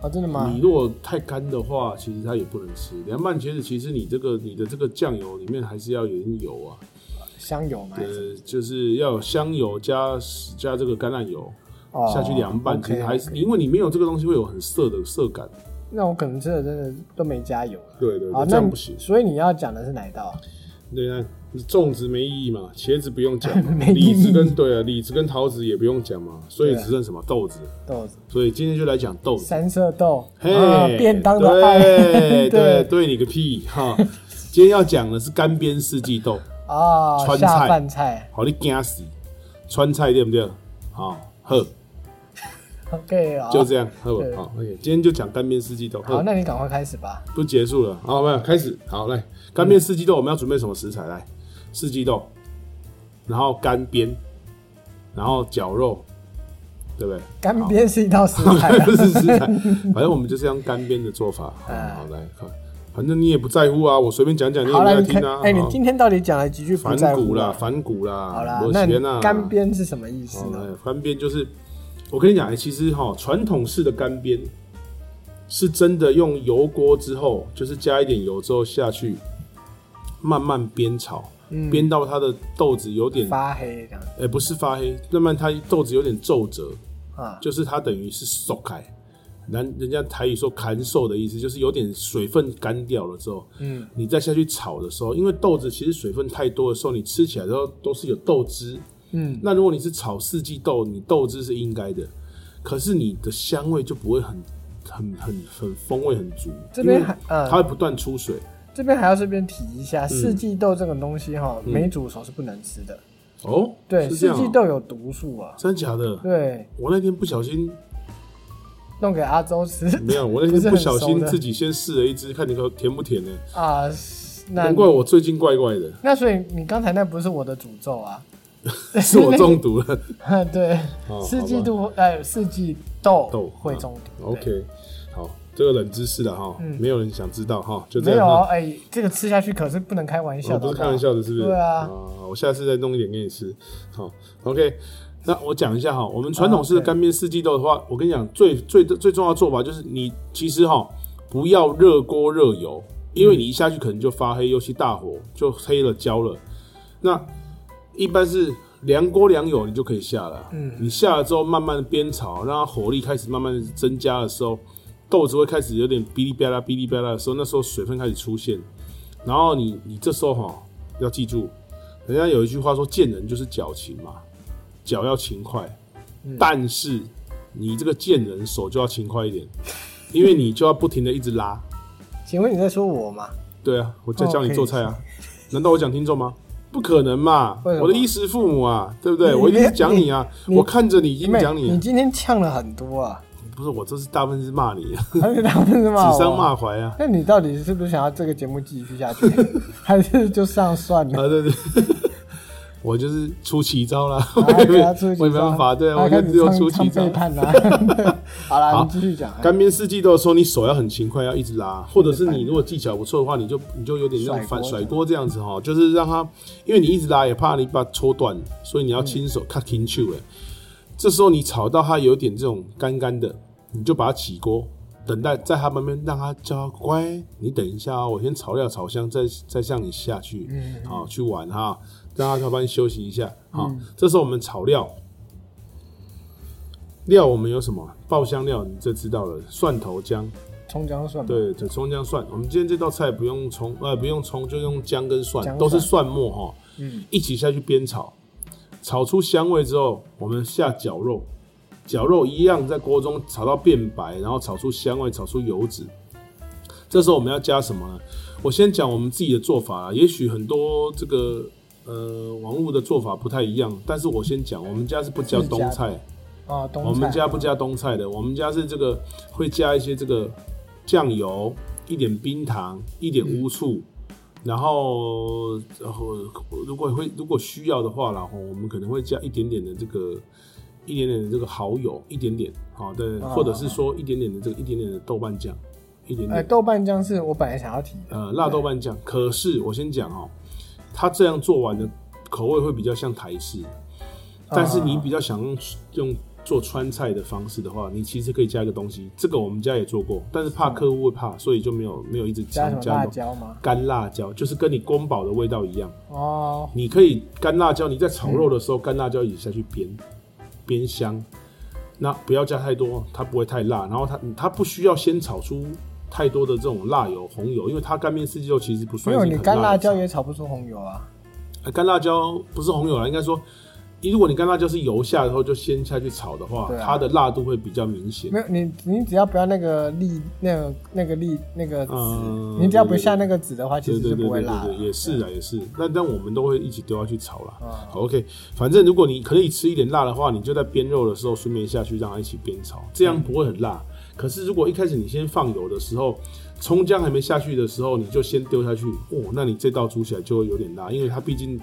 B: 哦，真的吗
A: 你？如果太干的话，其实它也不能吃。凉拌茄子其实你这个你的这个酱油里面还是要有点油啊，
B: 香油吗？还
A: 呃，
B: 是
A: 就是要有香油加加这个橄榄油
B: 哦
A: 下去凉拌，其
B: OK，
A: 实还是因为你没有这个东西会有很涩的涩感。啊
B: 那我可能吃的真的都没加油了。
A: 对对
B: 好
A: 对，，这
B: 那
A: 样
B: 你
A: 不行。
B: 所以你要讲的是哪一道啊？
A: 对啊，粽子没意义嘛，茄子不用讲嘛，
B: *laughs* 没意
A: 李
B: 义
A: 子跟对啊，李子跟桃子也不用讲嘛，所以
B: 对啊
A: 只剩什么豆子。
B: 豆子、
A: 所以今天就来讲豆子。
B: 三色豆，
A: 嘿
B: 啊，便当的爱，
A: 对 *laughs* 对
B: *laughs* 对
A: 对，你个屁哈！今天要讲的是干煸四季豆，
B: 啊，
A: 川菜
B: 下饭菜
A: 好，你惊死！川菜对不对？好，好，
B: ，OK 啊，
A: 就这样，嗯好
B: 对，
A: 好，OK。今天就讲干煸四季豆，
B: 好，
A: 好，
B: 那你赶快开始吧。
A: 不结束了，好，没有开始，好，来，干煸四季豆，我们要准备什么食材？来，四季豆，然后干煸，然后绞肉，对不对？
B: 干煸是一道食材
A: *laughs*
B: 啊，
A: 不是食材，反正我们就是用干煸的做法。好，
B: *laughs* 哎
A: 好来看，反正你也不在乎啊，我随便讲讲，你也
B: 好
A: 没在
B: 了，你看
A: 听，啊。
B: 哎，你
A: 好
B: 今天到底讲了几句不
A: 反
B: 在乎
A: 骨啦，
B: 啊？
A: 反骨啦，
B: 好啦
A: 没，
B: 那
A: 钱啊哦啦
B: 干煸是什么意思
A: 好
B: 呢？
A: 来干煸就是，我跟你讲，哎其实哈，传统式的干煸是真的用油锅之后，就是加一点油之后下去，慢慢煸炒，煸到它的豆子有点，
B: 嗯发黑这样
A: 哎，不是发黑，慢慢它豆子有点皱褶，
B: 啊，
A: 就是它等于是熟开，人人家台语说“砍瘦”的意思，就是有点水分干掉了之后，嗯，你再下去炒的时候，因为豆子其实水分太多的时候，你吃起来都都是有豆汁，嗯，那如果你是炒四季豆，你豆汁是应该的，可是你的香味就不会很很很很风味很足，
B: 这边
A: 因为
B: 还嗯
A: 它会不断出水
B: 这边还要这边提一
A: 嗯
B: 下，四季豆这种东西哈，没煮熟是不能吃的。
A: 哦，
B: 对，
A: 嗯是这
B: 四
A: 样哦
B: 季豆有毒素啊。
A: 真假的？
B: 对，
A: 我那天不小心
B: 弄给阿周吃。
A: *laughs* 没有，我那天
B: 是
A: 不
B: 很
A: 小
B: 熟
A: 心
B: 的
A: 自己先试了一支，看你说甜不甜呢、
B: 啊，是那
A: 难怪我最近怪怪的，
B: 那所以你刚才那不是我的诅咒啊？
A: *laughs*
B: *laughs*
A: 是我中毒了。
B: 对
A: 哦，
B: 四季度呃四季豆
A: 豆嗯
B: 会中毒。对
A: OK，好，这个冷知识了哈，没有人想知道哈，就这
B: 嗯没
A: 样
B: 有哦
A: 哈。
B: 哎，这个吃下去可是不能开玩笑
A: 我
B: 的，
A: 不是
B: 好
A: 开
B: 好
A: 玩笑的，是不是？
B: 对啊
A: 我下次再弄一点给你吃。好，OK。那我讲一下哈，我们传统式的干煸四季豆的话，我跟你讲，最最最重要的做法就是你其实哈，不要热锅热油，因为你一下去可能就发黑，尤其大火就黑了焦了。那一般是凉锅凉油，你就可以下了。嗯，你下了之后慢慢的煸炒，让它火力开始慢慢的增加的时候，豆子会开始有点哔哩吧啦哔哩吧啦的时候，那时候水分开始出现。然后你你这时候哈要记住，人家有一句话说“见人就是矫情”嘛，脚要勤快，
B: 嗯
A: 但是你这个见人手就要勤快一点，因为你就要不停的一直拉。
B: 请问你在说我吗？
A: 对啊，我在教你做菜
B: 哦
A: 啊，难道我讲听众吗？不可能嘛！
B: 为什么
A: 我的衣食父母啊，对不对？
B: 你
A: 我一定是讲你啊，
B: 你
A: 我看着你已经讲你
B: 妹
A: 啊
B: 你，今天呛了很
A: *laughs*
B: 多啊，
A: 不是我这是大部分是骂你，指
B: 而且他们是骂我。
A: 桑骂槐啊
B: 那你到底是不是想要这个节目继续下
A: *laughs*
B: 去，还是就上算了？
A: 啊，对对， *laughs* 我就是出奇招啦，我
B: 啊
A: 也
B: 对啊
A: 没
B: 出去
A: 我也没办法，对啊，我就
B: 开始
A: 只有
B: 唱
A: 出奇
B: 唱
A: 招
B: 背。叛
A: *laughs*
B: 啦。好啦，你继续讲。
A: 干煸四季豆的时候，你手要很勤快，要一直拉，或者是你如果技巧不错的话，你就你就有点像反甩
B: 甩锅
A: 锅这样子哈，就是让它，因为你一直拉也怕你把它戳断，所以你要亲手 cut i n t 哎。这时候你炒到它有点这种干干的，你就把它起锅，等待在它旁边让它叫它乖，你等一下啊、我先炒料炒香，再再让你下去，好、去玩哈，让它在旁边休息一下。好、这时候我们炒料，料我们有什么？爆香料你就知道了，蒜头姜，
B: 葱姜蒜嘛，啊
A: 对，这葱姜蒜。我们今天这道菜不用葱，呃，不用葱，就用姜跟蒜，
B: 姜
A: 都是
B: 蒜
A: 蒜末哈，嗯，一起下去煸炒，炒出香味之后，我们下绞肉，绞肉一样在锅中炒到变白，然后炒出香味，炒出油脂。这时候我们要加什么呢？我先讲我们自己的做法啦，也许很多这个呃网络的做法不太一样，但是我先讲，我们家是不加
B: 自己
A: 冬
B: 加的
A: 菜。
B: 啊，冬菜。
A: 我们家不加冬菜的，我们家是这个会加一些这个酱油，一点冰糖，一点乌醋，然后然后如果会如果需要的话啦，然后我们可能会加一点点的这个一点点的这个蚝油，一点点好的，
B: 啊
A: 或者是说一点点的这个一点点的豆瓣酱，一点
B: 哎，
A: 点
B: 豆瓣酱是我本来想要提的，
A: 呃辣豆瓣酱。可是我先讲哦，它这样做完的口味会比较像台式，但
B: 啊
A: 是你比较想用用做川菜的方式的话，你其实可以加一个东西，这个我们家也做过，但是怕客户会怕，所以就没有没有一直
B: 加什么
A: 强
B: 辣
A: 加
B: 椒吗？
A: 干辣椒，就是跟你宫保的味道一样。
B: 哦，
A: 你可以干辣椒，你在炒肉的时候，干辣椒也下去煸，煸香。那不要加太多，它不会太辣。然后它它不需要先炒出太多的这种辣油、红油，因为它干面四季豆其实不
B: 没
A: 算是
B: 有，
A: 很
B: 你干辣
A: 的菜
B: 椒也炒不出红油啊。
A: 呃干辣椒不是红油啦，应该说，如果你干辣椒是油下然后就先下去炒的话，
B: 对啊
A: 它的辣度会比较明显
B: 没。有你，你只要不要那个粒，那个那个粒那个籽
A: 嗯，
B: 你只要不下那个籽的话，其
A: 对
B: 实
A: 对
B: 是
A: 对
B: 不会
A: 对
B: 辣的
A: 对，。也是啊，也是。那但我们都会一起丢下去炒啦。
B: 啊
A: OK，反正如果你可以吃一点辣的话，你就在煸肉的时候顺便下去让它一起煸炒，这
B: 嗯
A: 样不会很辣。可是如果一开始你先放油的时候，葱姜还没下去的时候，你就先丢下去，哦，那你这道煮起来就会有点辣，因为它毕竟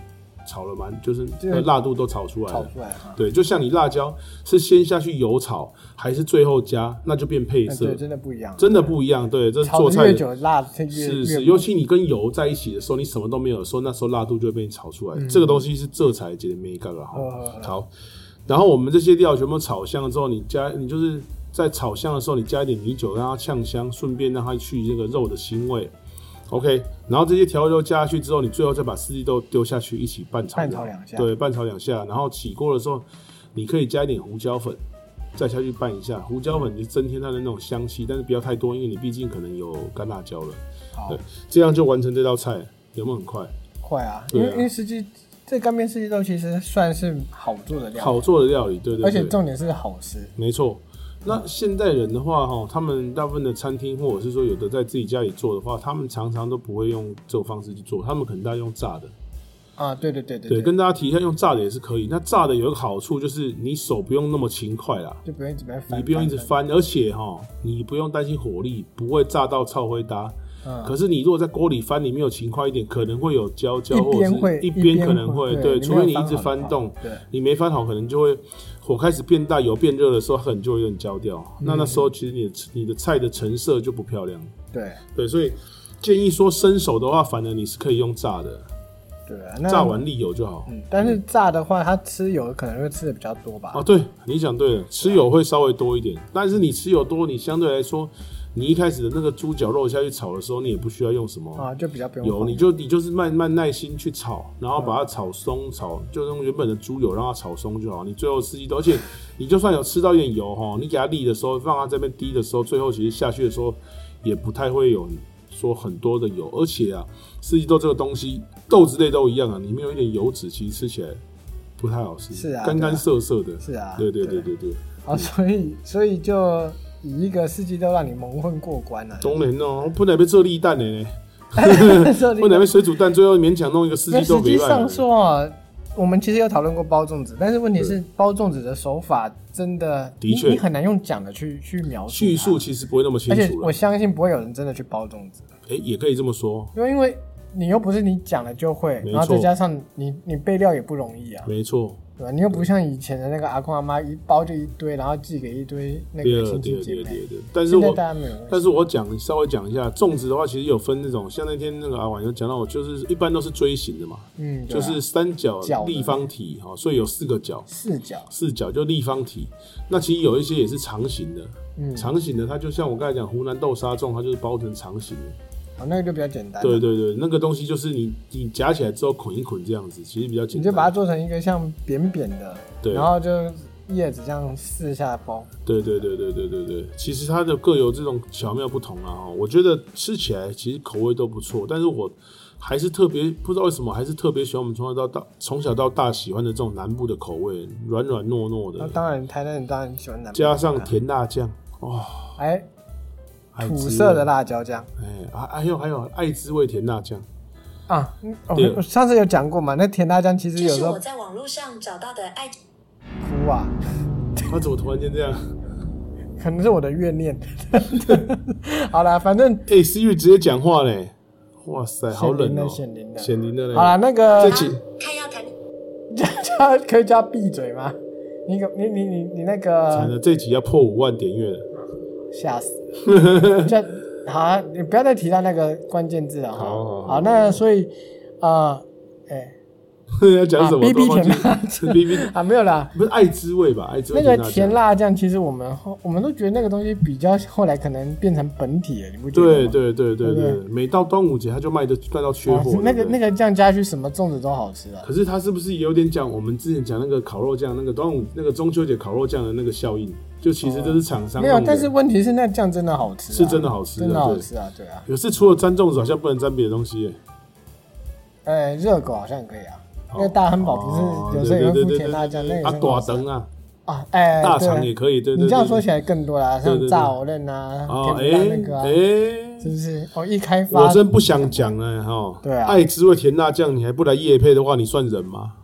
A: 炒了蛮，就是
B: 这
A: 那辣度都炒出来
B: 啊炒
A: 了。
B: 出来啊。
A: 对，就像你辣椒是先下去油炒，还是最后加，那就变配
B: 哎
A: 色
B: 对，，真的不一样。
A: 真的不一样。对，这是
B: 炒
A: 做
B: 的
A: 菜
B: 越
A: 的
B: 久辣是越
A: 是
B: 越
A: 是，尤其你跟油在一起的时候，你什么都没有的时候，那时候辣度就会被你炒出来。这个东西是这才解的 m e g 了哈
B: 哦。
A: 好，然后我们这些料全部炒香了之后，你加你就是在炒香的时候，你加一点米酒让它呛香，顺便让它去这个肉的腥味。OK，然后这些调味料加下去之后，你最后再把四季豆丢下去一起拌炒，
B: 拌炒两下
A: 对，拌炒两下，然后起锅的时候，你可以加一点胡椒粉，再下去拌一下。胡椒粉就增添它的那种香气，但是不要太多，因为你毕竟可能有干辣椒了。
B: 好
A: 对，这样就完成这道菜，有没有很快？
B: 快啊！因
A: 对啊
B: 为因为实际这干煸四季豆其实算是好做的料理，
A: 好做的料理，对对对，
B: 而且重点是好吃。
A: 没错。那现代人的话，哈，他们大部分的餐厅或者是说有的在自己家里做的话，他们常常都不会用这种方式去做，他们可能大家用炸的。
B: 啊，对对对对
A: 对，跟大家提一下，用炸的也是可以。那炸的有一个好处就是你手不用那么勤快啦，
B: 就不用一直在翻，
A: 你不用一直
B: 翻
A: 翻，而且哈，你不用担心火力，不会炸到超灰搭。
B: 嗯
A: 可是你如果在锅里翻，你没有勤快一点，可能会有焦焦，
B: 一
A: 或者
B: 边会
A: 是一
B: 边
A: 边可能会对，
B: 对，
A: 除非
B: 没
A: 你
B: 有
A: 一直
B: 好的
A: 翻
B: 话
A: 动，
B: 对，
A: 你没翻好，可能就会火开始变大，油变热的时候，它可能就会有点焦掉。
B: 嗯
A: 那那时候其实你的你的菜的成色就不漂亮。
B: 对
A: 对，所以建议说生熟的话，反而你是可以用炸的，
B: 对啊，那
A: 炸完沥油就好。
B: 嗯，但是炸的话，它吃油可能会吃的比较多吧。
A: 啊，对你讲对了，吃油会稍微多一点，但是你吃油多，你相对来说，你一开始的那个猪脚肉下去炒的时候，你也不需要用什么
B: 啊，就比较不用
A: 油，
B: 放
A: 你就你就是慢慢耐心去炒，然后把它炒松，炒就用原本的猪油让它炒松就好。你最后吃一豆，而且你就算有吃到一点油哈，你给它沥的时候，放它这边滴的时候，最后其实下去的时候也不太会有说很多的油，而且啊，四季豆这个东西，豆子类都一样啊，里面有一点油脂，其实吃起来不太好吃，
B: 是啊
A: 干
B: 对
A: 干
B: 啊
A: 涩涩的，
B: 是啊
A: 对对对
B: 对
A: 对对，
B: 啊，所以所以就以一个四季豆让你蒙混过关了、
A: 当然哦，不能被做立蛋的呢，
B: *laughs* 这里
A: 不能被水煮蛋，最后勉强弄一个四
B: 那
A: 季豆
B: 实
A: 给
B: 际
A: 烂了
B: 上说啊，我们其实有讨论过包粽子，但是问题是包粽子的手法真的，
A: 的
B: 你
A: 确
B: 你很难用讲的去去描述它
A: 叙述，其实不会那么清
B: 而且
A: 楚了
B: 我。相信不会有人真的去包粽子，
A: 哎、也可以这么说，
B: 因为因为你又不是你讲了就会，
A: 没
B: 然后再
A: 错
B: 加上你你备料也不容易啊，
A: 没错，
B: 对吧？你又不像以前的那个阿公阿妈一包就一堆，然后寄给一堆那
A: 第
B: 个
A: 二，
B: 亲
A: 第
B: 戚
A: 二，
B: 姐
A: 第二，
B: 妹。
A: 第二。啊但是
B: 现在
A: 我，
B: 大家没有问题
A: 但是我讲稍微讲一下，粽子的话，其实有分那种，像那天那个阿婉有讲到，我就是一般都是锥形的嘛，
B: 嗯，对
A: 就
B: 啊
A: 是三角
B: 角的
A: 立方体哈、哦，所以有四个角，
B: 视角，
A: 四角就立方体。那其实有一些也是长形的，
B: 嗯
A: 长形的它就像我刚才讲湖南豆沙粽，它就是包成长形的。
B: 哦，那个就比较简单。
A: 对，对对，那个东西就是你你夹起来之后捆一捆这样子，其实比较简单。
B: 你就把它做成一个像扁扁的，
A: 对
B: 然后就叶子这样四下包。
A: 对对对对对对对，其实它的各有这种巧妙不同啊、哦。我觉得吃起来其实口味都不错，但是我还是特别不知道为什么，还是特别喜欢我们从小到大从小到大喜欢的这种南部的口味，软软糯糯
B: 那
A: 的，
B: 当然，台南人当然喜欢南部
A: 加上甜辣酱，哇、
B: 哎
A: 爱
B: 土
A: 滋
B: 色的
A: 味，
B: 辣椒酱
A: 哎，还还有还有爱滋味甜辣酱，
B: 啊，嗯哦
A: 对
B: 我上次有讲过嘛，那甜辣酱其实
D: 这
B: 有
D: 是
B: 时候
D: 我在网络上找到的爱
B: 哭啊，
A: 他怎么突然间这样？ *laughs*
B: 可能是我的怨念。 *laughs* 好啦，反正
A: 哎、思玉直接讲话嘞，哇塞，好冷哦、
B: 显灵的
A: 显灵的嘞，
B: 好啦，那个
A: 这期
D: 看要谈
B: 叫可以叫他闭嘴吗？你可你你你你那
A: 惨
B: 个
A: 了，这集要破五万点阅了。 *laughs*
B: 吓死了，叫好啊，你不要再提到那个关键字了哈。
A: 好好好
B: 好，那所以啊，哎、
A: 要讲什么？
B: 啊，B B
A: 都忘记
B: 甜
A: *laughs*
B: 辣酱
A: B B
B: 啊，没有啦，
A: 不是爱滋味吧？爱滋味
B: 那个
A: 甜
B: 甜
A: 辣
B: 辣酱，其实我们后我们都觉得那个东西比较后来可能变成本体了，你不觉
A: 酱。
B: 得
A: 对
B: 吗？
A: 对对对
B: 对
A: 对
B: 不，
A: 每到端午节它就卖的卖到缺
B: 啊
A: 货。
B: 那
A: 对
B: 个
A: 不对
B: 那，个酱加去什么粽子都好吃啊。
A: 可是它是不是也有点讲我们之前讲那个烤肉酱，那个端午那个中秋节烤肉酱的那个效应？就其实这是厂商
B: 没有，
A: 弄的
B: 但是问题是那酱真的好吃啊、
A: 是真的好吃啊
B: 真的好吃啊，对啊。
A: 可是除了沾粽子，好像不能沾别的东西耶。
B: 哎，热狗好像也可以啊，
A: 哦
B: 因为大汉堡不是有时候也会附甜辣酱，那
A: 对对
B: 个也
A: 对对
B: 是
A: 对啊，大肠
B: 很好吃
A: 啊，
B: 啊，哎，
A: 大肠
B: 对
A: 也可以。对对，
B: 你这样说
A: 来，
B: 起来更多啦，
A: 对对
B: 像
A: 对
B: 炸藕嫩啊，
A: 哦，
B: 甜不辣
A: 哎
B: 那个啊，
A: 哎，
B: 是不是？哦，一开发
A: 我真不想讲了哈。
B: 对啊
A: 爱滋味甜辣酱，你还不来夜配的话，你算人吗？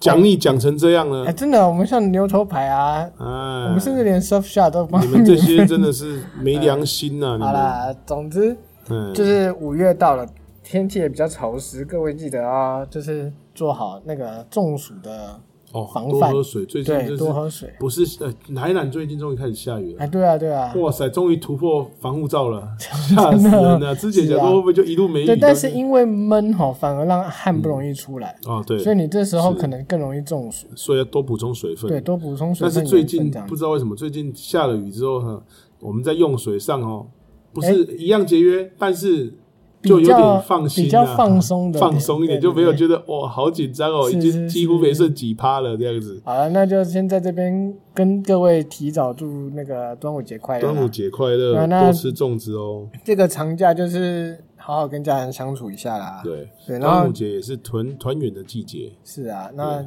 A: 讲你讲成这样了
B: 哎，，真的，我们像牛头牌啊，
A: 哎，
B: 我们甚至连 surf shot 都
A: *laughs*
B: 帮
A: 你们这些真的是没良心呐、
B: *laughs* 好
A: 你
B: 啦，总之
A: 们，嗯，
B: 就是五月到了，天气也比较潮湿，各位记得啊，就是做好那个中暑的，
A: 哦，
B: 防
A: 多
B: 范
A: 喝水，最近
B: 对，
A: 就是
B: 多喝水。
A: 不是呃，台南最近终于开始下雨了
B: 哎，。对啊，对啊，
A: 哇塞，终于突破防护罩
B: *laughs*
A: 了，吓死人了！之前想说会不会就一路没雨？
B: 对，但是因为闷吼，反而让汗不容易出来，
A: 哦对，
B: 所以你这时候
A: 是
B: 可能更容易中暑。
A: 所以要多补充水分。
B: 对，多补充水
A: 但是
B: 分。
A: 最近
B: 盐分这样
A: 不知道为什么，最近下了雨之后哈，我们在用水上哦，不是一样节约，但是
B: 比
A: 就有
B: 较
A: 点放心、啊，
B: 比较放松的，
A: 放松一点，就没有
B: 对
A: 觉得哇好紧张哦，
B: 是
A: 已经
B: 是
A: 几乎没
B: 是
A: 剩几趴了这样子。
B: 好了，那就先在这边跟各位提早祝那个端午节快乐啦。
A: 端午节快乐，
B: 啊那
A: 多吃粽子哦。
B: 这个长假就是好好跟家人相处一下啦。，
A: 对，
B: 对然后
A: 端午节也是团团圆的季节，
B: 是啊，那
A: 对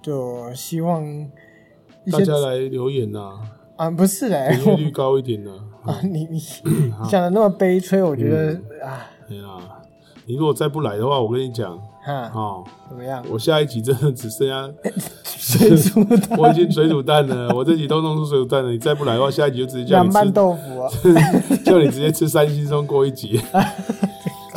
B: 就希望一
A: 大
B: 些
A: 家来留言
B: *laughs*
A: 呐，
B: 啊，不是嘞，
A: 点阅率
B: *laughs* 我
A: 高一点呐。
B: 啊，你你 *coughs* 你讲的那么悲催，我觉得啊
A: 对啊，你如果再不来的话，我跟你讲啊、
B: 哈，
A: 哦，
B: 怎么样？ *laughs*
A: 我下一集真的只剩下
B: 水煮蛋
A: 我已经水煮蛋了，我这集都弄出水煮蛋了。你再不来的话，下一集就直接叫
B: 凉
A: 你
B: 拌
A: 吃，
B: 豆 *laughs* 腐啊，
A: *laughs* 叫你直接吃三星葱过一
B: *laughs*
A: 集，
B: 好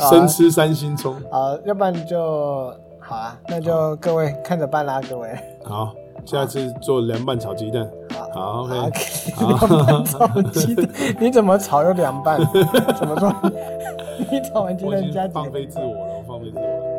B: 啊
A: 生吃三星葱。
B: 好，啊要不然就好啊，那就各位看着办啦，各位。
A: 好，下次做凉拌炒鸡蛋。好
B: 啊 *laughs*
A: ，OK，，
B: 凉拌炒鸡蛋，你怎么 *laughs* 炒又凉拌？怎么做？你炒完鸡
A: 我已
B: 蛋加
A: 经
B: 几
A: 放
B: 个？
A: 飞自我了，我放飞自我了。啊